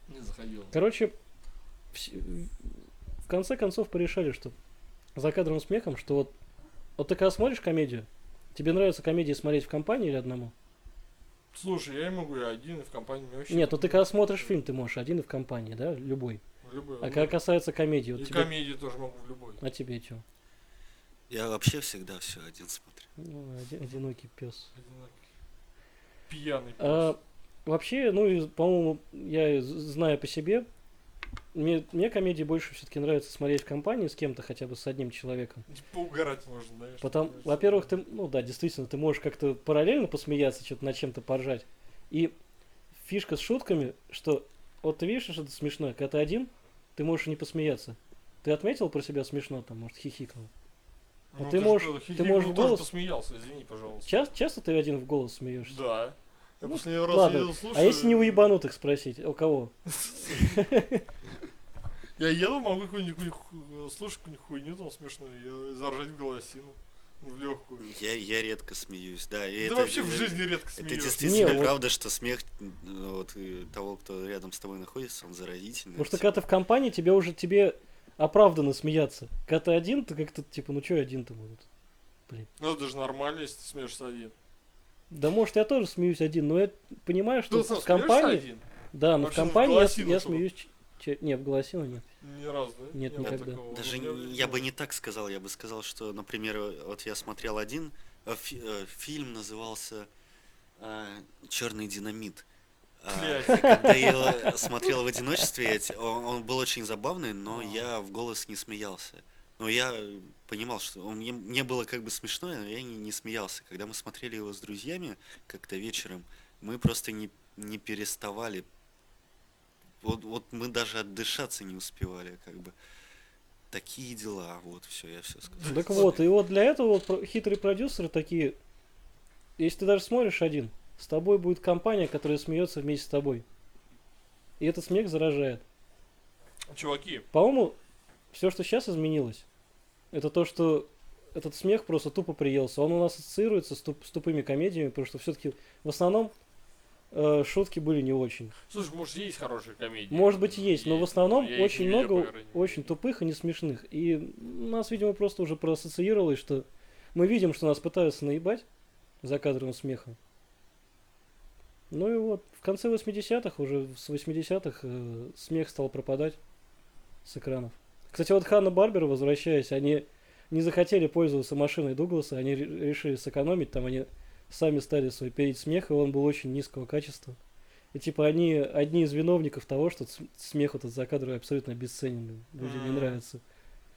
[SPEAKER 3] Не заходил.
[SPEAKER 1] Короче, вс- в конце концов порешали, что за кадром смехом, что вот, вот ты когда смотришь комедию, тебе нравится комедии смотреть в компании или одному?
[SPEAKER 3] Слушай, я не могу, я один и в компании мне вообще.
[SPEAKER 1] Нет, ну ты когда смотришь фильм, ты можешь один и в компании, да, любой.
[SPEAKER 3] В любой.
[SPEAKER 1] А
[SPEAKER 3] ну,
[SPEAKER 1] когда касается комедии,
[SPEAKER 3] и
[SPEAKER 1] вот тебе...
[SPEAKER 3] комедии тоже могу в любой.
[SPEAKER 1] А тебе чё?
[SPEAKER 2] Я вообще всегда все один смотрю.
[SPEAKER 1] Ну, оди- одинокий пес.
[SPEAKER 3] Одинокий. Пьяный.
[SPEAKER 1] А, вообще, ну, и, по-моему, я и з- знаю по себе, мне, мне комедии больше все-таки нравится смотреть в компании с кем-то, хотя бы с одним человеком.
[SPEAKER 3] просто. Типа угорать можно, знаешь.
[SPEAKER 1] Потом,
[SPEAKER 3] Просто.
[SPEAKER 1] во-первых, ты, ну да, действительно, ты можешь как-то параллельно посмеяться, что-то над чем-то поржать. И фишка с шутками, что вот ты видишь, что это смешно, когда ты один, ты можешь не посмеяться. Ты отметил про себя смешно, там, может, хихикал. а ты
[SPEAKER 3] Ну, ж
[SPEAKER 1] можешь-
[SPEAKER 3] тоже
[SPEAKER 1] ты
[SPEAKER 3] хихикнул,
[SPEAKER 1] можешь в
[SPEAKER 3] тоже
[SPEAKER 1] голос-
[SPEAKER 3] посмеялся, извини, пожалуйста.
[SPEAKER 1] Часто, часто ты один в голос смеешься?
[SPEAKER 3] Да. Я
[SPEAKER 1] Ну,
[SPEAKER 3] последний раз
[SPEAKER 1] Ладно,
[SPEAKER 3] еду, слушаю.
[SPEAKER 1] а если не у ебанутых спросить, у кого?
[SPEAKER 3] Я еду, могу какую-нибудь э, ху- слушать какую-нибудь хуйню там смешную и заржать в голосину. В легкую.
[SPEAKER 2] Я, я редко смеюсь, да. и
[SPEAKER 3] Да
[SPEAKER 2] это-
[SPEAKER 3] вообще в
[SPEAKER 2] это-
[SPEAKER 3] жизни редко
[SPEAKER 2] Это
[SPEAKER 3] смеешься.
[SPEAKER 2] действительно
[SPEAKER 1] Не, вот-
[SPEAKER 2] правда, что смех м, вот, э, того, кто рядом с тобой находится, он заразительный.
[SPEAKER 1] Потому что когда ты в компании, тебе уже тебе оправданно смеяться. Когда ты один, ты как-то типа, ну чё я один-то буду?
[SPEAKER 3] Ну это же нормально, если ты смеешься один.
[SPEAKER 1] Да может я тоже смеюсь один, но я понимаю, что
[SPEAKER 3] Ты Ну,
[SPEAKER 1] в
[SPEAKER 3] сам смеешься
[SPEAKER 1] компании...
[SPEAKER 3] один?
[SPEAKER 1] Да, но в
[SPEAKER 3] Вообще, ну, в
[SPEAKER 1] компании я, с-
[SPEAKER 3] голосину,
[SPEAKER 1] я
[SPEAKER 3] чтобы-
[SPEAKER 1] смеюсь... ч- че- Не, в голосину нет.
[SPEAKER 3] Ни разу, да?
[SPEAKER 1] Нет,
[SPEAKER 3] Не было
[SPEAKER 1] никогда.
[SPEAKER 3] такого.
[SPEAKER 2] Даже
[SPEAKER 3] Вот
[SPEAKER 2] н- я бы не так сказал, я бы сказал, что, например, э, вот я смотрел один э, фи- э, фильм назывался Черный динамит. А,
[SPEAKER 3] Блядь.
[SPEAKER 2] Когда я его смотрел в одиночестве, я те- он, он был очень забавный, но
[SPEAKER 3] А.
[SPEAKER 2] я в голос не смеялся. Но я понимал, что он, мне, мне было как бы смешно, но я не, не смеялся. Когда мы смотрели его с друзьями как-то вечером, мы просто не, не переставали. Вот, вот мы даже отдышаться не успевали, как бы. Такие дела, вот все, я все сказал.
[SPEAKER 1] Так вот, и вот для этого вот про- хитрые продюсеры такие... Если ты даже смотришь один, с тобой будет компания, которая смеется вместе с тобой. И этот смех заражает.
[SPEAKER 3] Чуваки,
[SPEAKER 1] По-моему, все, что сейчас изменилось, это то, что этот смех просто тупо приелся. Он у нас ассоциируется с, туп- с тупыми комедиями, потому что все-таки в основном э, шутки были не очень.
[SPEAKER 3] слушай, может есть хорошие комедии?
[SPEAKER 1] Может быть, есть, но в основном
[SPEAKER 3] Я их не
[SPEAKER 1] очень
[SPEAKER 3] видел, по
[SPEAKER 1] много
[SPEAKER 3] крайней мере.
[SPEAKER 1] очень тупых и не смешных. И нас, видимо, просто уже проассоциировалось, что мы видим, что нас пытаются наебать за кадровым смехом. Ну и вот, в конце 80-х, уже с 80-х э, смех стал пропадать с экранов. Кстати, вот Ханна Барбер, возвращаясь, они не захотели пользоваться машиной Дугласа, они ре- решили сэкономить, там они сами стали свой перед смех, и он был очень низкого качества. И типа они одни из виновников того, что ц- смех этот закадровый абсолютно обесценен, людям не
[SPEAKER 3] М.
[SPEAKER 1] нравится.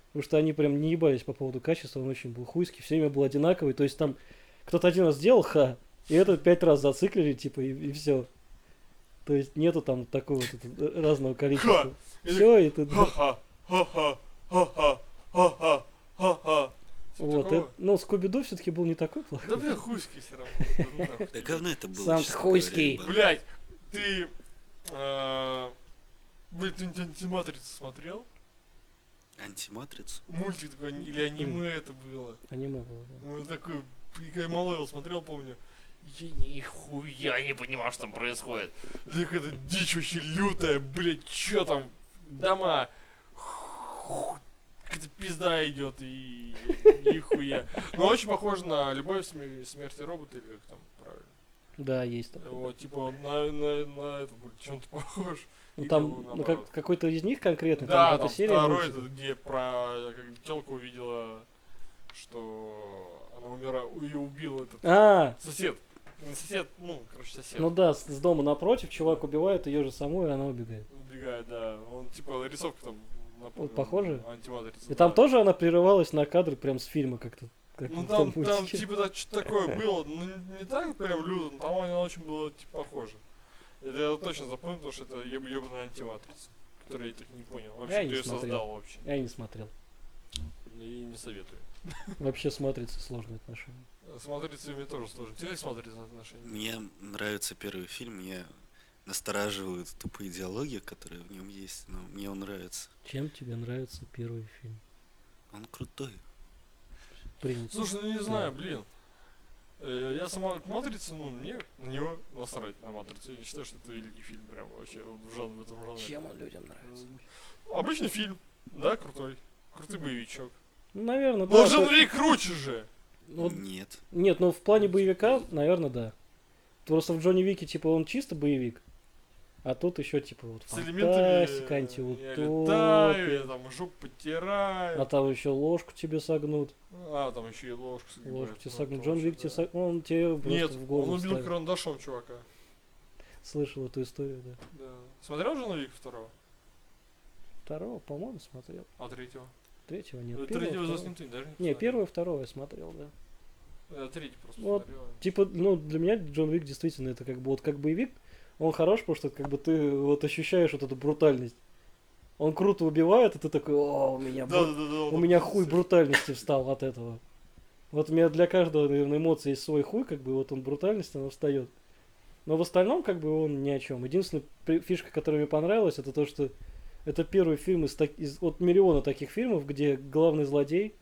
[SPEAKER 1] Потому что они прям не ебались по поводу качества, он очень был хуйский, все время был одинаковый, то есть там кто-то один раз сделал ха, и этот пять раз зациклили, типа, и, все. То есть нету там такого вот это- разного количества.
[SPEAKER 3] И
[SPEAKER 1] Все, и ты...
[SPEAKER 3] Ха-ха, ха-ха, ха-ха, ха-ха, ха-ха. Типа
[SPEAKER 1] Вот,
[SPEAKER 3] такого?
[SPEAKER 1] это- ну, Скуби-Ду все-таки был не такой плохой.
[SPEAKER 3] Да бля, хуйский все равно.
[SPEAKER 2] Да говно это было.
[SPEAKER 1] Сам
[SPEAKER 2] честно
[SPEAKER 1] хуйский.
[SPEAKER 2] говоря,
[SPEAKER 3] Блять, ты... э, Блин, ты анти- антиматрицу смотрел?
[SPEAKER 2] ебан. Антиматрицу?
[SPEAKER 3] Мультик такой, или аниме это было.
[SPEAKER 1] Аниме было, да.
[SPEAKER 3] Он такой, я и Малевил смотрел, помню. Я нихуя не понимал, что там происходит. Да какая-то дичь вообще лютая, блядь, чё там, дома, ху- какая-то пизда идет и нихуя. Но очень похоже на «Любовь, смер- смерть и роботы», или как там правильно.
[SPEAKER 1] Да, есть такое.
[SPEAKER 3] Вот, типа, он на, на, на это будет чем-то похож.
[SPEAKER 1] Ну
[SPEAKER 3] Или
[SPEAKER 1] там
[SPEAKER 3] он
[SPEAKER 1] ну,
[SPEAKER 3] наоборот.
[SPEAKER 1] как, какой-то из них конкретный,
[SPEAKER 3] да,
[SPEAKER 1] там
[SPEAKER 3] там
[SPEAKER 1] какая-то серия.
[SPEAKER 3] второй,
[SPEAKER 1] мультика.
[SPEAKER 3] этот, где про как телку увидела, что она умира и убил этот
[SPEAKER 1] А,
[SPEAKER 3] сосед. Не сосед, ну, короче, сосед.
[SPEAKER 1] ну да, с, с дома напротив чувак убивает ее же саму, и она убегает.
[SPEAKER 3] Убегает, да. Он типа рисовка там напомнил,
[SPEAKER 1] Вот похоже.
[SPEAKER 3] антиматрица,
[SPEAKER 1] И там
[SPEAKER 3] да.
[SPEAKER 1] тоже она прерывалась на кадр прям с фильма как-то. как
[SPEAKER 3] Ну
[SPEAKER 1] он
[SPEAKER 3] там,
[SPEAKER 1] будет
[SPEAKER 3] там
[SPEAKER 1] сейчас.
[SPEAKER 3] типа да, что-то такое было, ну не- не так прям люто, но там оно очень было типа похоже. Это я точно запомнил, потому что это еб- ебаная антиматрица, которую я так и не понял. Вообще,
[SPEAKER 1] Я
[SPEAKER 3] кто
[SPEAKER 1] не
[SPEAKER 3] ее
[SPEAKER 1] смотрел.
[SPEAKER 3] создал вообще.
[SPEAKER 1] Я не смотрел.
[SPEAKER 3] И не советую.
[SPEAKER 1] Вообще с матрицей сложные отношения.
[SPEAKER 3] С матрицами мне тоже сложно. Тебе смотреть на отношения.
[SPEAKER 2] Мне нравится первый фильм, меня настораживают тупые диалоги, которые в нем есть, но мне он нравится.
[SPEAKER 1] Чем тебе нравится первый фильм?
[SPEAKER 2] Он крутой.
[SPEAKER 1] Принято.
[SPEAKER 3] Слушай, ну не знаю, блин. Э, Я сама к матрице, ну, мне на него насрать на матрицу. Я считаю, что это великий фильм, прям вообще в жанре в этом жанре.
[SPEAKER 1] Чем он людям нравится?
[SPEAKER 3] Обычный фильм, да, крутой. Крутый боевичок.
[SPEAKER 1] Ну, наверное, да.
[SPEAKER 3] Должен
[SPEAKER 1] то-
[SPEAKER 3] ли круче же?
[SPEAKER 1] Ну вот-
[SPEAKER 2] Нет.
[SPEAKER 1] Нет, ну в плане боевика, наверное, да. Просто в Джонни Вике, типа, он чисто боевик. А тут еще, типа, вот
[SPEAKER 3] С элементами.
[SPEAKER 1] фантастика,
[SPEAKER 3] Я
[SPEAKER 1] антиутопия.
[SPEAKER 3] летаю, я там жопу потираю.
[SPEAKER 1] А там еще ложку тебе согнут.
[SPEAKER 3] А, там еще и ложку сгибают.
[SPEAKER 1] Ложку тебе
[SPEAKER 3] ну,
[SPEAKER 1] согнут.
[SPEAKER 3] это
[SPEAKER 1] Джон
[SPEAKER 3] вообще,
[SPEAKER 1] Вик
[SPEAKER 3] да.
[SPEAKER 1] тебе сог- Он тебе просто
[SPEAKER 3] Нет,
[SPEAKER 1] в голову
[SPEAKER 3] он убил
[SPEAKER 1] ставит.
[SPEAKER 3] карандашом чувака.
[SPEAKER 1] Слышал эту историю, да.
[SPEAKER 3] Да. Смотрел Джона Вика второго?
[SPEAKER 1] Второго, по-моему, смотрел.
[SPEAKER 3] А третьего?
[SPEAKER 1] Третьего нет.
[SPEAKER 3] Э,
[SPEAKER 1] первого,
[SPEAKER 3] третьего
[SPEAKER 1] второго.
[SPEAKER 3] заснятый, даже не
[SPEAKER 1] Не,
[SPEAKER 3] посмотрел.
[SPEAKER 1] первого и второго я смотрел, да.
[SPEAKER 3] Э, третий просто
[SPEAKER 1] Вот.
[SPEAKER 3] смотрел.
[SPEAKER 1] Типа, ну, для меня Джон Вик действительно это как бы вот как боевик, он хорош, потому что как бы ты вот ощущаешь вот эту брутальность. Он круто убивает, и ты такой, о, у меня,
[SPEAKER 3] Да,
[SPEAKER 1] бру-
[SPEAKER 3] да, да, да.
[SPEAKER 1] у меня хуй брутальности встал от этого. Вот у меня для каждого, наверное, эмоции есть свой хуй, как бы вот он брутальность, она встает. Но в остальном, как бы, он ни о чем. Единственная при- фишка, которая мне понравилась, это то, что это первый фильм из, так- из от миллиона таких фильмов, где главный злодей,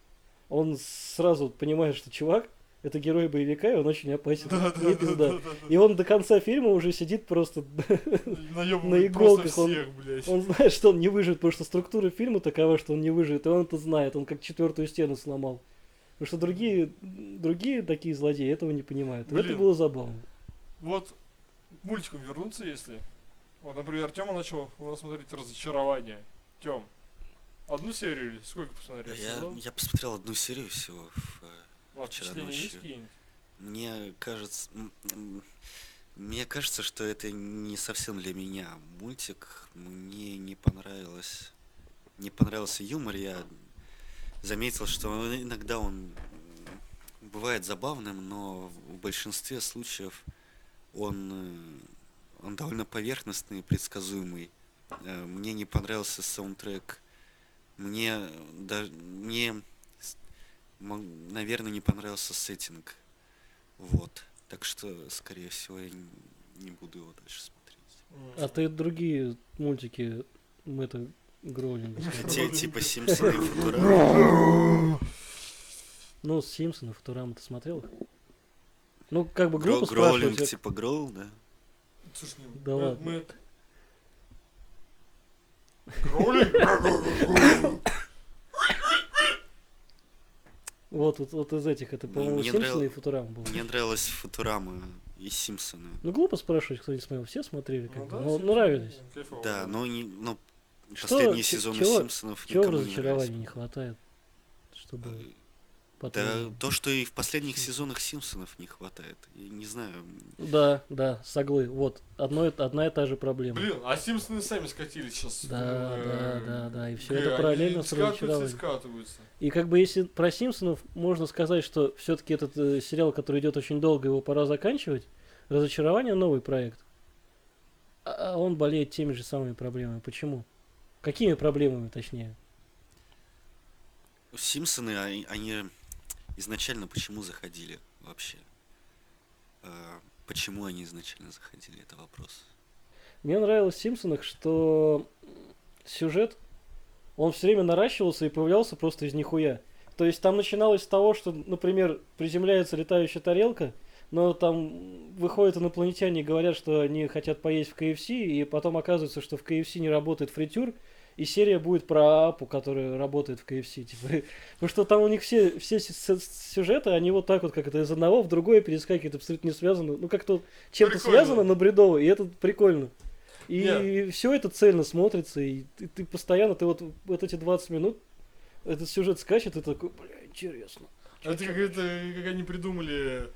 [SPEAKER 1] он сразу понимает, что чувак, это герой боевика, и он очень опасен.
[SPEAKER 3] Да, да,
[SPEAKER 1] и
[SPEAKER 3] да,
[SPEAKER 1] пизда.
[SPEAKER 3] да, да,
[SPEAKER 1] И он до конца фильма уже сидит просто...
[SPEAKER 3] наебывает
[SPEAKER 1] на
[SPEAKER 3] просто
[SPEAKER 1] иголках он-
[SPEAKER 3] всех, блядь.
[SPEAKER 1] Он знает, что он не выживет, потому что структура фильма такова, что он не выживет, и он это знает, он как четвертую стену сломал. Потому что другие, другие такие злодеи этого не понимают. И Это
[SPEAKER 3] Блин.
[SPEAKER 1] было забавно.
[SPEAKER 3] Вот к мультику вернуться, если. Вот, например, Тёма начал у нас смотреть разочарование. Тём, одну серию или сколько посмотрел?
[SPEAKER 2] Я,
[SPEAKER 3] Сезон?
[SPEAKER 2] я посмотрел одну серию всего. э,
[SPEAKER 3] А
[SPEAKER 2] вчера
[SPEAKER 3] впечатления есть
[SPEAKER 2] ночью.
[SPEAKER 3] какие-нибудь?
[SPEAKER 2] Мне кажется, м, м, мне кажется, что это не совсем для меня мультик. Мне не понравилось, не понравился юмор. Я заметил, что он- иногда он м, бывает забавным, но в большинстве случаев он э, он довольно поверхностный и предсказуемый. Э, Мне не понравился саундтрек. Мне даже мне с- мог- наверное не понравился сеттинг. Вот. Так что, скорее всего, я н- не буду его дальше смотреть.
[SPEAKER 1] А ты другие мультики это Гроулинга смотрел?
[SPEAKER 2] Те, типа Симпсоны и Футурама.
[SPEAKER 1] Ну, Симпсонов, Футурама ты смотрел? их? Ну, как бы
[SPEAKER 2] Гро-
[SPEAKER 1] группа спрашивает,
[SPEAKER 2] Гроулинг,
[SPEAKER 1] я-
[SPEAKER 2] типа Гроул, да?
[SPEAKER 3] Слушай, не-
[SPEAKER 1] Да
[SPEAKER 3] мы-
[SPEAKER 1] ладно.
[SPEAKER 3] мы- Ну Кролик?
[SPEAKER 1] Вот, вот, вот из этих, это,
[SPEAKER 2] Ну,
[SPEAKER 1] по-моему,
[SPEAKER 2] мне
[SPEAKER 1] Симпсоны
[SPEAKER 2] нрав-
[SPEAKER 1] и Футурама было.
[SPEAKER 2] Мне нравилась Футурама и Симпсоны.
[SPEAKER 1] Ну, глупо спрашивать, кто не смотрел. Все смотрели, как
[SPEAKER 3] Ну
[SPEAKER 1] бы.
[SPEAKER 3] да,
[SPEAKER 1] Ну,
[SPEAKER 3] слушай,
[SPEAKER 1] нравились.
[SPEAKER 3] кайфово.
[SPEAKER 2] Да, ну, но, не, но
[SPEAKER 1] Что-
[SPEAKER 2] последние
[SPEAKER 1] ч-
[SPEAKER 2] сезоны
[SPEAKER 1] чего-
[SPEAKER 2] Симпсонов
[SPEAKER 1] Чего в
[SPEAKER 2] никому не нравились.
[SPEAKER 1] разочаровании не хватает, чтобы
[SPEAKER 2] Э, Да,
[SPEAKER 1] потом...
[SPEAKER 2] то, что и в последних сезонах Симпсонов не хватает. Я не знаю.
[SPEAKER 1] Да, да, соглы. Вот, одно, и- одна и та же проблема.
[SPEAKER 3] Блин, а Симпсоны сами скатились сейчас.
[SPEAKER 1] Да, да, да, да, и всё
[SPEAKER 3] Э,
[SPEAKER 1] это
[SPEAKER 3] они
[SPEAKER 1] параллельно с
[SPEAKER 3] скатываются и
[SPEAKER 1] разочарованием.
[SPEAKER 3] скатываются.
[SPEAKER 1] И как бы если про Симпсонов можно сказать, что все-таки этот э, сериал, который идет очень долго, его пора заканчивать. Разочарование новый проект. А а он болеет теми же самыми проблемами. Почему? Какими проблемами, точнее?
[SPEAKER 2] Симпсоны, они, они изначально почему заходили вообще? Э, Почему они изначально заходили? Это вопрос.
[SPEAKER 1] Мне нравилось в Симпсонах, что сюжет, он все время наращивался и появлялся просто из нихуя. То есть там начиналось с того, что, например, приземляется летающая тарелка, но там выходят инопланетяне и говорят, что они хотят поесть в КФС, и потом оказывается, что в КФС не работает фритюр, и серия будет про Апу, которая работает в КФС. Типа. Потому что там у них все, все с- с- сюжеты, они вот так вот как это из одного в другое перескакивают, абсолютно не связано. Ну как-то чем-то
[SPEAKER 3] Прикольно.
[SPEAKER 1] связано, но бредово, и это прикольно. И
[SPEAKER 3] Не.
[SPEAKER 1] все это цельно смотрится, и ты, ты постоянно, ты вот, вот эти 20 минут, этот сюжет скачет, и ты такой, бля, интересно.
[SPEAKER 3] Это как это, как они придумали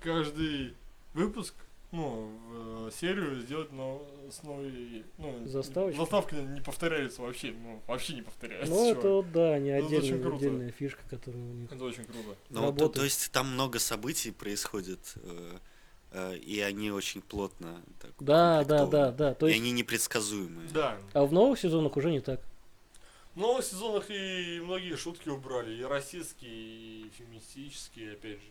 [SPEAKER 3] каждый выпуск, ну, в, э, серию сделать но с новой, ну,
[SPEAKER 1] Заставочкой?
[SPEAKER 3] заставки не повторяются вообще, ну, вообще не повторяются.
[SPEAKER 1] Ну, это
[SPEAKER 3] чувак.
[SPEAKER 1] вот, да, не
[SPEAKER 3] Это очень
[SPEAKER 1] отдельная,
[SPEAKER 3] круто.
[SPEAKER 1] отдельная фишка, которая у них.
[SPEAKER 3] это очень круто.
[SPEAKER 2] Ну, то,
[SPEAKER 1] Работает.
[SPEAKER 2] то есть там много событий происходит, э, э, и они очень плотно так
[SPEAKER 1] Да, да, да,
[SPEAKER 2] укомплектованы.
[SPEAKER 1] да. То
[SPEAKER 2] И
[SPEAKER 1] есть,
[SPEAKER 2] они непредсказуемые.
[SPEAKER 3] Да.
[SPEAKER 1] а в новых сезонах уже не так.
[SPEAKER 3] В новых сезонах и многие шутки убрали, и российские, и феминистические, опять же.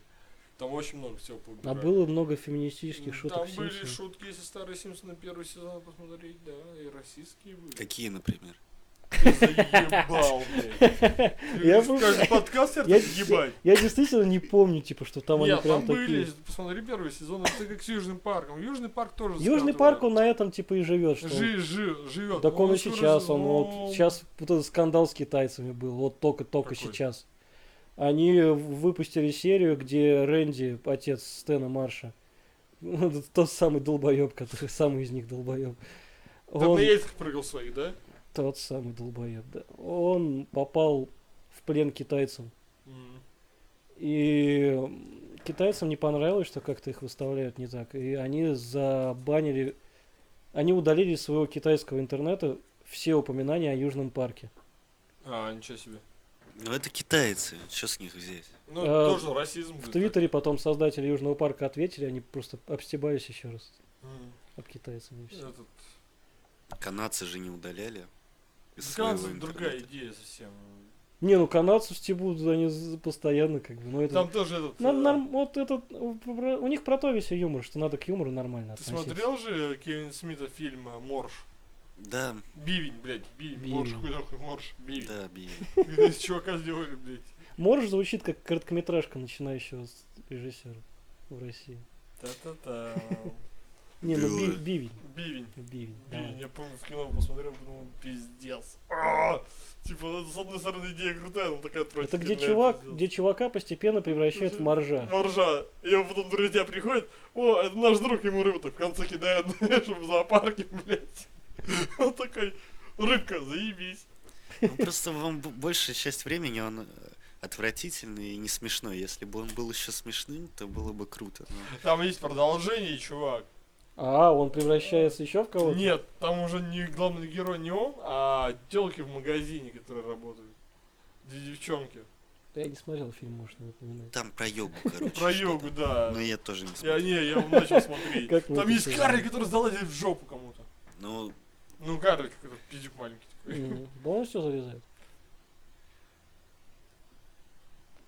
[SPEAKER 3] Там очень много всего
[SPEAKER 1] А
[SPEAKER 3] поубирали.
[SPEAKER 1] было много феминистических шуток.
[SPEAKER 3] Там
[SPEAKER 1] в
[SPEAKER 3] были
[SPEAKER 1] «Симпсонах».
[SPEAKER 3] шутки, если старые Симпсоны первый сезон посмотреть, да, и российские были.
[SPEAKER 2] Какие, например?
[SPEAKER 3] Ты заебал, блядь. Ты
[SPEAKER 1] Я
[SPEAKER 3] каждый
[SPEAKER 1] просто-
[SPEAKER 3] подкаст я
[SPEAKER 1] я-
[SPEAKER 3] ебать.
[SPEAKER 1] Я действительно не помню, типа, что там они
[SPEAKER 3] Нет,
[SPEAKER 1] прям
[SPEAKER 3] там
[SPEAKER 1] такие.
[SPEAKER 3] были, посмотри первый сезон, это как с Южным парком. Южный парк тоже
[SPEAKER 1] Южный
[SPEAKER 3] скатывает.
[SPEAKER 1] парк, он на этом, типа, и живет. Что он-
[SPEAKER 3] Жи, жи, живет.
[SPEAKER 1] Так он и
[SPEAKER 3] скоро-
[SPEAKER 1] сейчас, он
[SPEAKER 3] ну,
[SPEAKER 1] вот сейчас вот этот скандал с китайцами был, вот только-только
[SPEAKER 3] Какой?
[SPEAKER 1] сейчас. Они выпустили серию, где Рэнди, отец Стэна Марша, ну, это тот самый долбоеб, который самый из них долбоеб.
[SPEAKER 3] Так
[SPEAKER 1] Он
[SPEAKER 3] на яйцах прыгал своих, да?
[SPEAKER 1] тот самый долбоеб, да. Он попал в плен китайцам.
[SPEAKER 3] М.
[SPEAKER 1] И м, китайцам не понравилось, что как-то их выставляют не так. И они забанили, они удалили из своего китайского интернета все упоминания о Южном парке.
[SPEAKER 3] А, ничего себе.
[SPEAKER 2] Ну, это китайцы, что с них взять?
[SPEAKER 3] Ну,
[SPEAKER 1] А,
[SPEAKER 3] тоже расизм.
[SPEAKER 1] В
[SPEAKER 3] блядь,
[SPEAKER 1] Твиттере потом создатели Южного парка ответили, они просто обстебались еще раз
[SPEAKER 3] так. М.
[SPEAKER 1] об китайцами. Все.
[SPEAKER 3] Этот-
[SPEAKER 2] Канадцы же не удаляли. из
[SPEAKER 3] Канадцы
[SPEAKER 2] своего
[SPEAKER 3] другая
[SPEAKER 2] интернета.
[SPEAKER 3] идея совсем.
[SPEAKER 1] Не, ну канадцев стебут, они з- постоянно как бы, ну это...
[SPEAKER 3] Там тоже этот...
[SPEAKER 1] Нам,
[SPEAKER 3] э,
[SPEAKER 1] нам- вот этот, у про- у них про то весь юмор, что надо к юмору нормально
[SPEAKER 3] Ты
[SPEAKER 1] относиться.
[SPEAKER 3] смотрел же Кевин Смита фильм э, «Морж»?
[SPEAKER 2] Да,
[SPEAKER 3] Бивень, блядь, бивень,
[SPEAKER 1] Бивень.
[SPEAKER 3] морж, хуй нахуй, морж, бивень.
[SPEAKER 2] да, били.
[SPEAKER 3] Когда из чувака сделали, блядь.
[SPEAKER 1] Морж звучит как короткометражка начинающего с- режиссера в России.
[SPEAKER 3] Та-та-та.
[SPEAKER 1] Не, ну би-
[SPEAKER 2] Белый.
[SPEAKER 1] бивень.
[SPEAKER 3] Бивень.
[SPEAKER 1] Бивень.
[SPEAKER 3] Блин,
[SPEAKER 1] давай.
[SPEAKER 3] я помню, в кино посмотрел, подумал, пиздец. А, Типа, ну, с одной стороны, идея крутая, но такая
[SPEAKER 1] Это
[SPEAKER 3] отвратительная.
[SPEAKER 1] где чувак, где чувака постепенно превращают в моржа.
[SPEAKER 3] Моржа. И его потом друзья приходят, о, это наш друг, ему рыбу так в конце кидают, чтобы в зоопарке, блядь. Он такой, рыбка, заебись.
[SPEAKER 2] Ну, просто вам б- большая часть времени он э, отвратительный и не смешной. Если бы он был еще смешным, то было бы круто. Ну, но-
[SPEAKER 3] Там есть продолжение, чувак.
[SPEAKER 1] А, он превращается еще в кого-то?
[SPEAKER 3] Нет, там уже не главный герой не он, а телки в магазине, которые работают. Две девчонки.
[SPEAKER 1] Я не смотрел фильм, может, не напоминаю.
[SPEAKER 2] Там про йогу, короче.
[SPEAKER 3] Про йогу, да.
[SPEAKER 2] Но Ну, я тоже не
[SPEAKER 3] Я
[SPEAKER 2] смотрел.
[SPEAKER 3] не, я начал смотреть.
[SPEAKER 1] Как
[SPEAKER 3] Там
[SPEAKER 1] вы
[SPEAKER 3] есть
[SPEAKER 1] это
[SPEAKER 3] Карли, который залазит в жопу кому-то.
[SPEAKER 2] Ну,
[SPEAKER 3] Ну, Карли, какой-то пиздюк маленький такой.
[SPEAKER 1] М, Полностью залезает?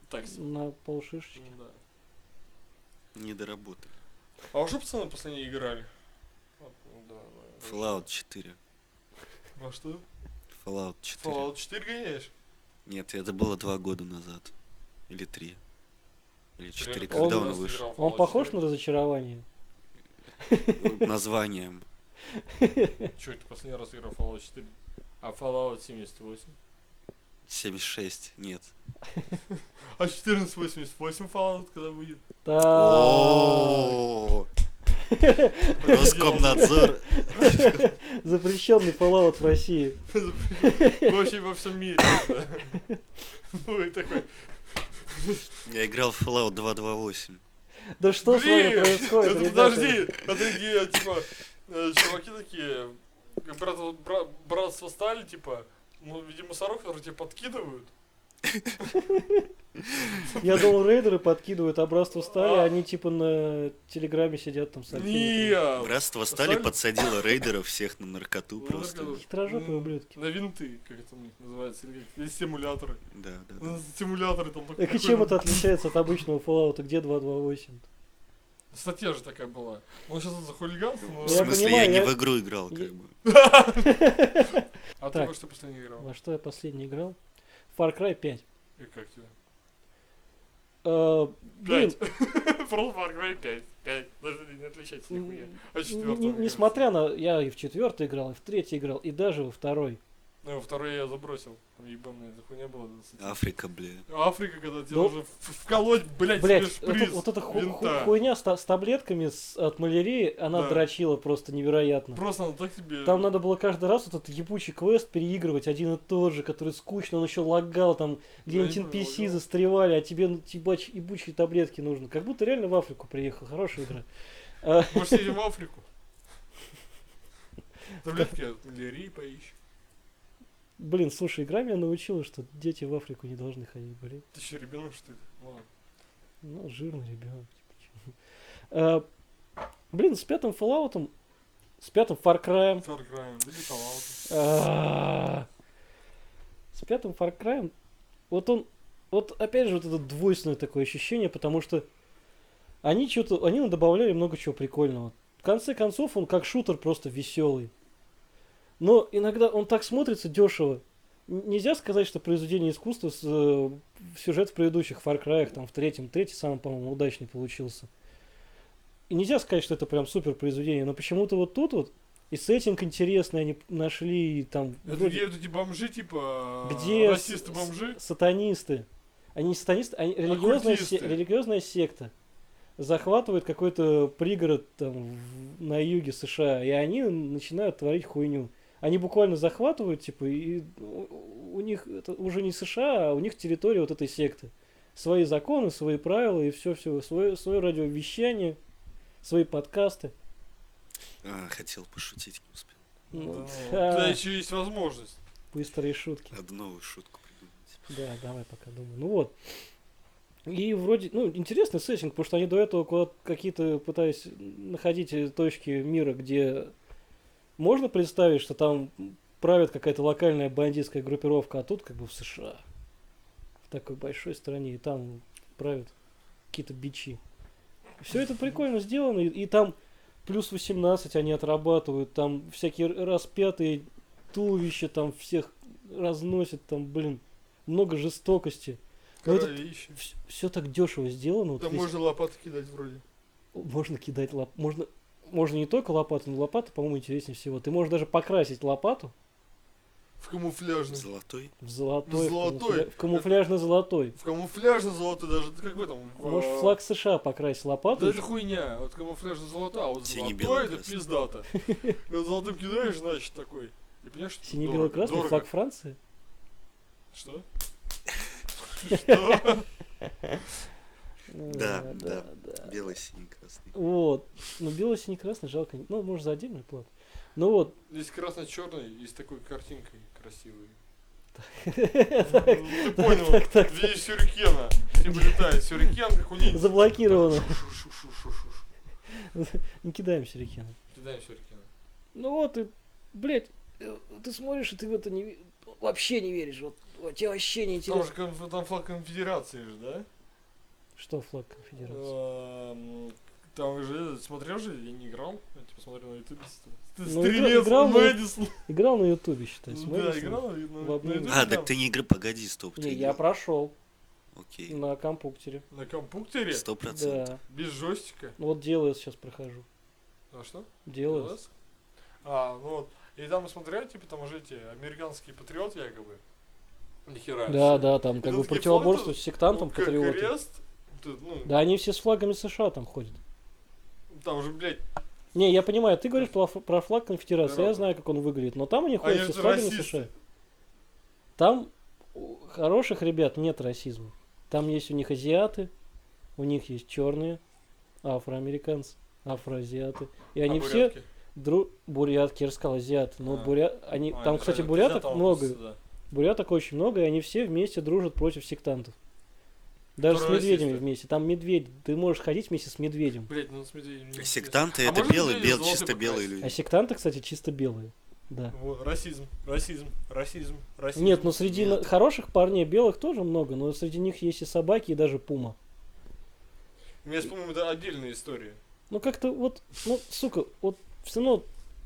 [SPEAKER 3] Так себе.
[SPEAKER 1] На полшишечки.
[SPEAKER 3] Ну да.
[SPEAKER 2] не доработали.
[SPEAKER 3] А уже пацаны последние играли? Вот, ну да, да.
[SPEAKER 2] Fallout 4.
[SPEAKER 3] А что?
[SPEAKER 2] Fallout 4.
[SPEAKER 3] Fallout 4 гоняешь?
[SPEAKER 2] Нет, это было два года назад. Или три. Или четыре,
[SPEAKER 3] Реально,
[SPEAKER 2] когда
[SPEAKER 3] каждый
[SPEAKER 2] он
[SPEAKER 3] раз
[SPEAKER 2] вышел.
[SPEAKER 3] играл в
[SPEAKER 1] Он
[SPEAKER 3] Fallout
[SPEAKER 1] похож
[SPEAKER 3] 4?
[SPEAKER 1] на разочарование?
[SPEAKER 2] Названием.
[SPEAKER 3] Чё, это последний раз играл в Fallout 4? А Fallout 78?
[SPEAKER 2] 76. Нет.
[SPEAKER 3] А 1488 Fallout когда выйдет?
[SPEAKER 1] А. Да.
[SPEAKER 2] О, Роскомнадзор.
[SPEAKER 1] Запрещенный Fallout в России.
[SPEAKER 3] Вообще во всем мире. да. Ну и такой,
[SPEAKER 2] Я играл в Fallout 228.
[SPEAKER 1] Да что с вами
[SPEAKER 3] Блин,
[SPEAKER 1] происходит,
[SPEAKER 3] это
[SPEAKER 1] ребята?
[SPEAKER 3] подожди, это где, типа, э, чуваки такие, как братство, бра- братство стали, типа, ну, видимо, сорок, которые тебе подкидывают.
[SPEAKER 1] Я думал, рейдеры подкидывают образцу стали, а они типа на телеграме сидят там с альфинами.
[SPEAKER 3] Не,
[SPEAKER 2] Братство стали
[SPEAKER 3] Стали?
[SPEAKER 2] подсадило рейдеров всех на наркоту
[SPEAKER 3] Ну,
[SPEAKER 2] просто.
[SPEAKER 3] наркоту.
[SPEAKER 1] Хитрожопые ублюдки.
[SPEAKER 3] Типа, на винты, как это у них называется, или как, или стимуляторы.
[SPEAKER 2] Да, да, да.
[SPEAKER 3] Ну, Стимуляторы там только...
[SPEAKER 1] Так и
[SPEAKER 3] такой,
[SPEAKER 1] чем
[SPEAKER 3] ну,
[SPEAKER 1] это отличается от обычного Fallout, где 228?
[SPEAKER 3] Статья же такая была. Ну, Он сейчас за хулиганство, но...
[SPEAKER 2] В
[SPEAKER 1] Ну, Я
[SPEAKER 2] смысле, я
[SPEAKER 1] понимаю,
[SPEAKER 2] не
[SPEAKER 1] я-
[SPEAKER 2] в игру играл,
[SPEAKER 1] я-
[SPEAKER 2] как бы.
[SPEAKER 3] А ты
[SPEAKER 1] Так.
[SPEAKER 3] во что последний играл?
[SPEAKER 1] Во что я последний играл? Far Cry 5.
[SPEAKER 3] И как тебе?
[SPEAKER 1] Э, Блин,
[SPEAKER 3] Пять. Просто Far Cry 5. 5. Даже не отличается нихуя.
[SPEAKER 1] н-
[SPEAKER 3] А
[SPEAKER 1] н-
[SPEAKER 3] четвертый.
[SPEAKER 1] несмотря на... Я и в четвертый играл, и в третий играл, и даже во второй.
[SPEAKER 3] Ну, вторые я забросил. Там ебаная эта хуйня была.
[SPEAKER 2] Африка, бля.
[SPEAKER 3] Африка, когда тебе
[SPEAKER 1] Ну.
[SPEAKER 3] уже в- вколоть, блядь,
[SPEAKER 1] Блять,
[SPEAKER 3] тебе
[SPEAKER 1] вот,
[SPEAKER 3] шприц
[SPEAKER 1] вот эта ху- ху-
[SPEAKER 3] винта.
[SPEAKER 1] хуйня с, та- с таблетками с- от малярии, она
[SPEAKER 3] Да.
[SPEAKER 1] дрочила просто невероятно.
[SPEAKER 3] Просто она так тебе...
[SPEAKER 1] Там надо было каждый раз вот этот ебучий квест переигрывать, один и тот же, который скучно, он еще лагал, там где-нибудь
[SPEAKER 3] Да, я
[SPEAKER 1] NPC
[SPEAKER 3] понял.
[SPEAKER 1] застревали, а тебе ну, ебач- ебучие таблетки нужны. Как будто реально в Африку приехал, хорошая игра. А,
[SPEAKER 3] Может, едем в Африку? Таблетки от малярии поищем.
[SPEAKER 1] блин, слушай, игра меня научила, что дети в Африку не должны ходить, блин.
[SPEAKER 3] Ты что, ребенок, что ли? Ладно.
[SPEAKER 1] Ну, жирный ребенок. А, блин, с пятым Fallout, с пятым Far Cry,
[SPEAKER 3] Far Cry, да диковал ты.
[SPEAKER 1] А. С пятым Far Cry, вот он, вот опять же вот это двойственное такое ощущение, потому что они что-то, они добавляли много чего прикольного. В конце концов он как шутер просто веселый. Но иногда он так смотрится дешево. Н- Нельзя сказать, что произведение искусства с, э, сюжет в предыдущих Far Cry, там в третьем, третий самый, по-моему, удачный получился. И нельзя сказать, что это прям супер произведение, но почему-то вот тут вот и сеттинг интересный они п- нашли, и там
[SPEAKER 3] Это
[SPEAKER 1] вроде
[SPEAKER 3] где вот эти бомжи, типа...
[SPEAKER 1] Ну, Где с-
[SPEAKER 3] Расисты-бомжи?
[SPEAKER 1] сатанисты, они не сатанисты, они религиозная, се-
[SPEAKER 3] Оккультисты.
[SPEAKER 1] религиозная секта захватывает какой-то пригород там в- на юге США, и они начинают творить хуйню. Они буквально захватывают, типа, и у у них это уже не США, а у них территория вот этой секты. Свои законы, свои правила и все, все, свое, свое радиовещание, свои подкасты.
[SPEAKER 2] А, хотел пошутить, не успел.
[SPEAKER 1] Ну,
[SPEAKER 3] Да,
[SPEAKER 1] да,
[SPEAKER 3] У тебя еще есть возможность.
[SPEAKER 1] быстрые шутки.
[SPEAKER 2] Надо новую шутку придумать. Типа
[SPEAKER 1] Да, давай пока думаю. Ну вот. И вроде, ну, интересный сеттинг, потому что они до этого куда какие-то пытались находить э, точки мира, где можно представить, что там правит какая-то локальная бандитская группировка, а тут как бы в США, в такой большой стране, и там правят какие-то бичи. Все это прикольно сделано, и, и там плюс 18 они отрабатывают, там всякие распятые туловища, там всех разносят, там, блин, много жестокости. Ну, это-
[SPEAKER 3] Королище.
[SPEAKER 1] Все так дешево сделано. вот
[SPEAKER 3] Там
[SPEAKER 1] весь-
[SPEAKER 3] можно лопаты кидать вроде.
[SPEAKER 1] Можно кидать лоп... Можно... можно не только лопату, но лопата, по-моему, интереснее всего. Ты можешь даже покрасить лопату
[SPEAKER 3] В
[SPEAKER 1] Ну.
[SPEAKER 3] камуфляжный.
[SPEAKER 2] Золотой?
[SPEAKER 1] в золотой.
[SPEAKER 3] В золотой.
[SPEAKER 1] камуфля- В камуфляжно-золотой.
[SPEAKER 3] В камуфляжный золотой даже. ты Какой там? в,
[SPEAKER 1] Можешь
[SPEAKER 3] а,
[SPEAKER 1] флаг США покрасить
[SPEAKER 3] Да
[SPEAKER 1] лопатой.
[SPEAKER 3] это хуйня. Вот камуфляжный золотой, а вот
[SPEAKER 2] Сине-белый
[SPEAKER 3] золотой это
[SPEAKER 2] красный.
[SPEAKER 3] пиздато. Когда золотым кидаешь, значит такой. И понимаешь, что дорого,
[SPEAKER 1] Сине-бело-красный
[SPEAKER 3] дорого.
[SPEAKER 1] флаг Франции.
[SPEAKER 3] Что? Что?
[SPEAKER 2] Да,
[SPEAKER 1] Э,
[SPEAKER 2] да.
[SPEAKER 1] да.
[SPEAKER 2] Белый, синий, красный.
[SPEAKER 1] Вот. Ну, бело-сине-красный, жалко. Ну, может, за отдельную плату. Ну вот,
[SPEAKER 3] Есть красно-черный и с такой картинкой красивой. Ну,
[SPEAKER 1] так,
[SPEAKER 3] Ты понял, видишь сюрикена. Типа летает сюрикен, как у них.
[SPEAKER 1] заблокировано.
[SPEAKER 3] Шу-шу-шу-шу-шу.
[SPEAKER 1] Не кидаем сюрикены.
[SPEAKER 3] Кидаем сюрикена.
[SPEAKER 1] Ну вот, и, блядь, э, ты смотришь, и ты в это не ве- вообще не веришь. Вот, вот тебе вообще не
[SPEAKER 3] Там
[SPEAKER 1] интересно.
[SPEAKER 3] же конф- там флаг конфедерации же, да?
[SPEAKER 1] Что флаг конфедерации?
[SPEAKER 3] Эм, Там же, этот, смотрел же, я не играл, я типа смотрел на ютубе. ст- ст-
[SPEAKER 1] Ну, игра-
[SPEAKER 3] Стрелец
[SPEAKER 1] играл, но-
[SPEAKER 3] Мэдисон.
[SPEAKER 1] Играл на ютубе, считай. смотришь,
[SPEAKER 3] Ну Да, играл на на-
[SPEAKER 1] в
[SPEAKER 3] на
[SPEAKER 1] одну
[SPEAKER 3] ютубе.
[SPEAKER 2] А,
[SPEAKER 3] там.
[SPEAKER 2] так ты не игры, погоди, стоп. ты
[SPEAKER 1] Не, я
[SPEAKER 2] играл.
[SPEAKER 1] прошел
[SPEAKER 2] Окей.
[SPEAKER 1] на компуктере.
[SPEAKER 3] На компьютере?
[SPEAKER 2] Сто процентов.
[SPEAKER 1] Да.
[SPEAKER 3] Без жестика.
[SPEAKER 1] Ну Вот делаю сейчас прохожу.
[SPEAKER 3] А что?
[SPEAKER 1] Делаю.
[SPEAKER 3] LS? А, ну вот. И там смотрел, типа, там уже эти американские патриоты якобы. Нихера.
[SPEAKER 1] Да, да, там как
[SPEAKER 3] Это
[SPEAKER 1] бы
[SPEAKER 3] такие
[SPEAKER 1] противоборство
[SPEAKER 3] флаги,
[SPEAKER 1] с сектантом
[SPEAKER 3] Как
[SPEAKER 1] патриоты.
[SPEAKER 3] Ну, крест, ты, ну,
[SPEAKER 1] Да, они все с флагами США там ходят.
[SPEAKER 3] там же, блядь,
[SPEAKER 1] Не, я понимаю, ты говоришь про, ф- про флаг конфедерации, я
[SPEAKER 3] Здорово.
[SPEAKER 1] знаю, как он выглядит, но там они ходят
[SPEAKER 3] Они
[SPEAKER 1] все
[SPEAKER 3] же
[SPEAKER 1] с флагами
[SPEAKER 3] расисты.
[SPEAKER 1] США. Там у хороших ребят нет расизма. Там есть у них азиаты, у них есть черные, афроамериканцы, афроазиаты. И они все
[SPEAKER 3] А бурятки.
[SPEAKER 1] дру... бурятки, я же сказал, азиаты, но
[SPEAKER 3] А.
[SPEAKER 1] Ну, буря... они...
[SPEAKER 3] А,
[SPEAKER 1] там,
[SPEAKER 3] они
[SPEAKER 1] кстати,
[SPEAKER 3] же
[SPEAKER 1] буряток
[SPEAKER 3] пиздатого
[SPEAKER 1] много.
[SPEAKER 3] просто, да.
[SPEAKER 1] Буряток очень много, и они все вместе дружат против сектантов. Даже
[SPEAKER 3] Которые
[SPEAKER 1] с медведями
[SPEAKER 3] расисты.
[SPEAKER 1] вместе. Там медведь, ты можешь ходить вместе с медведем.
[SPEAKER 3] Блядь, ну смотри. мне
[SPEAKER 2] Сектанты
[SPEAKER 3] А
[SPEAKER 2] это
[SPEAKER 3] можно
[SPEAKER 2] белые,
[SPEAKER 3] людей
[SPEAKER 2] бел,
[SPEAKER 3] золотой
[SPEAKER 2] чисто белые
[SPEAKER 3] покрасить?
[SPEAKER 1] А
[SPEAKER 2] люди.
[SPEAKER 1] сектанты, кстати, чисто белые. Да.
[SPEAKER 3] Во, расизм, расизм, расизм, расизм.
[SPEAKER 1] Нет, ну среди
[SPEAKER 2] Нет.
[SPEAKER 1] на- хороших парней белых тоже много, но среди них есть и собаки, и даже пума.
[SPEAKER 3] У меня, по-моему, это отдельная история.
[SPEAKER 1] Ну как-то вот, ну, сука, вот все равно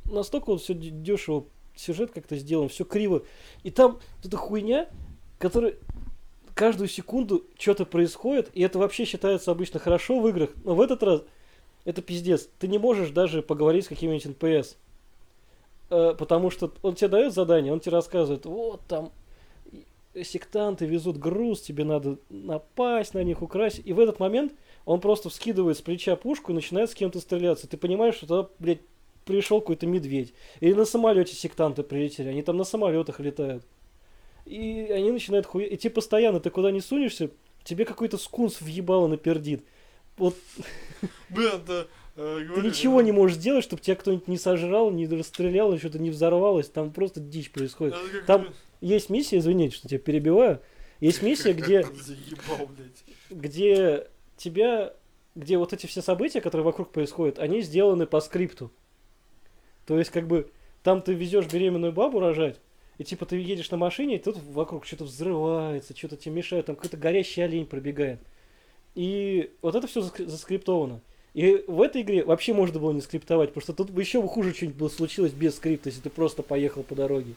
[SPEAKER 1] настолько вот все дешево сюжет как-то сделан, все криво. И там вот эта хуйня, которая каждую секунду что-то происходит, и это вообще считается обычно хорошо в играх, но в этот раз это пиздец. Ты не можешь даже поговорить с каким-нибудь НПС. Э, Потому что он тебе дает задание, он тебе рассказывает, вот там и- сектанты везут груз, тебе надо напасть на них, украсть. И в этот момент он просто вскидывает с плеча пушку и начинает с кем-то стреляться. Ты понимаешь, что туда, блядь, пришел какой-то медведь. Или на самолете сектанты прилетели, они там на самолетах летают. И они начинают хуя... И тебе постоянно, ты куда не сунешься, тебе какой-то скунс въебало напердит. Вот
[SPEAKER 3] Блин, да. э,
[SPEAKER 1] ты
[SPEAKER 3] говорю,
[SPEAKER 1] ничего не можешь сделать, чтобы тебя кто-нибудь не сожрал, не расстрелял, или что-то не взорвалось. Там просто дичь происходит.
[SPEAKER 3] Это как,
[SPEAKER 1] Там
[SPEAKER 3] блин,
[SPEAKER 1] Есть миссия, извините, что тебя перебиваю. Есть миссия, где,
[SPEAKER 3] Заебал, блядь.
[SPEAKER 1] где тебя, где вот эти все события, которые вокруг происходят, они сделаны по скрипту. То есть, как бы, там ты везешь беременную бабу рожать, и типа ты едешь на машине, и тут вокруг что-то взрывается, что-то тебе мешает, там какой-то горящий олень пробегает. И вот это все заскриптовано. И в этой игре вообще можно было не скриптовать, потому что тут бы еще хуже что-нибудь было случилось без скрипта, если ты просто поехал по дороге.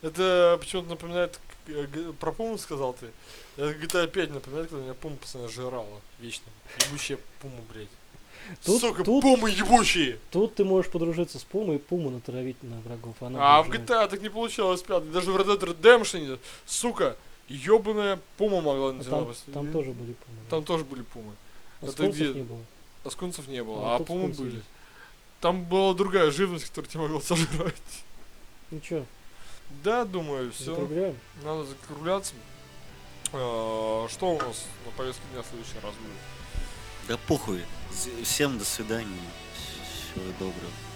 [SPEAKER 3] Это почему-то напоминает, к- э, г- про пуму сказал ты. Это GTA 5 напоминает, когда меня пума постоянно жрала. Вечно. Ебучая пума, блядь.
[SPEAKER 1] Тут-
[SPEAKER 3] Сука,
[SPEAKER 1] тут-
[SPEAKER 3] пумы ебучие!
[SPEAKER 1] Тут ты можешь подружиться с Пумой и Пуму натравить на врагов. Она
[SPEAKER 3] А в
[SPEAKER 1] будет жрать.
[SPEAKER 3] GTA так не получалось, пятый. Даже в Red Dead Redemption, сука, ебаная пума могла
[SPEAKER 1] А
[SPEAKER 3] на тебя
[SPEAKER 1] там,
[SPEAKER 3] напасть.
[SPEAKER 1] там тоже были Пумы. да.
[SPEAKER 3] Там тоже были пумы.
[SPEAKER 1] А
[SPEAKER 3] это
[SPEAKER 1] скунсов
[SPEAKER 3] где?
[SPEAKER 1] не было.
[SPEAKER 3] А скунсов не
[SPEAKER 1] А
[SPEAKER 3] было, а
[SPEAKER 1] тут
[SPEAKER 3] пумы
[SPEAKER 1] скунсы
[SPEAKER 3] были.
[SPEAKER 1] есть.
[SPEAKER 3] Там была другая живность, которая тебя могла сожрать.
[SPEAKER 1] Ну чё,
[SPEAKER 3] Да, думаю, все.
[SPEAKER 1] закругляем?
[SPEAKER 3] Надо закругляться. Э, Что у нас на повестке дня в следующий раз будет?
[SPEAKER 2] Да похуй. З- Всем до свидания. Всего доброго.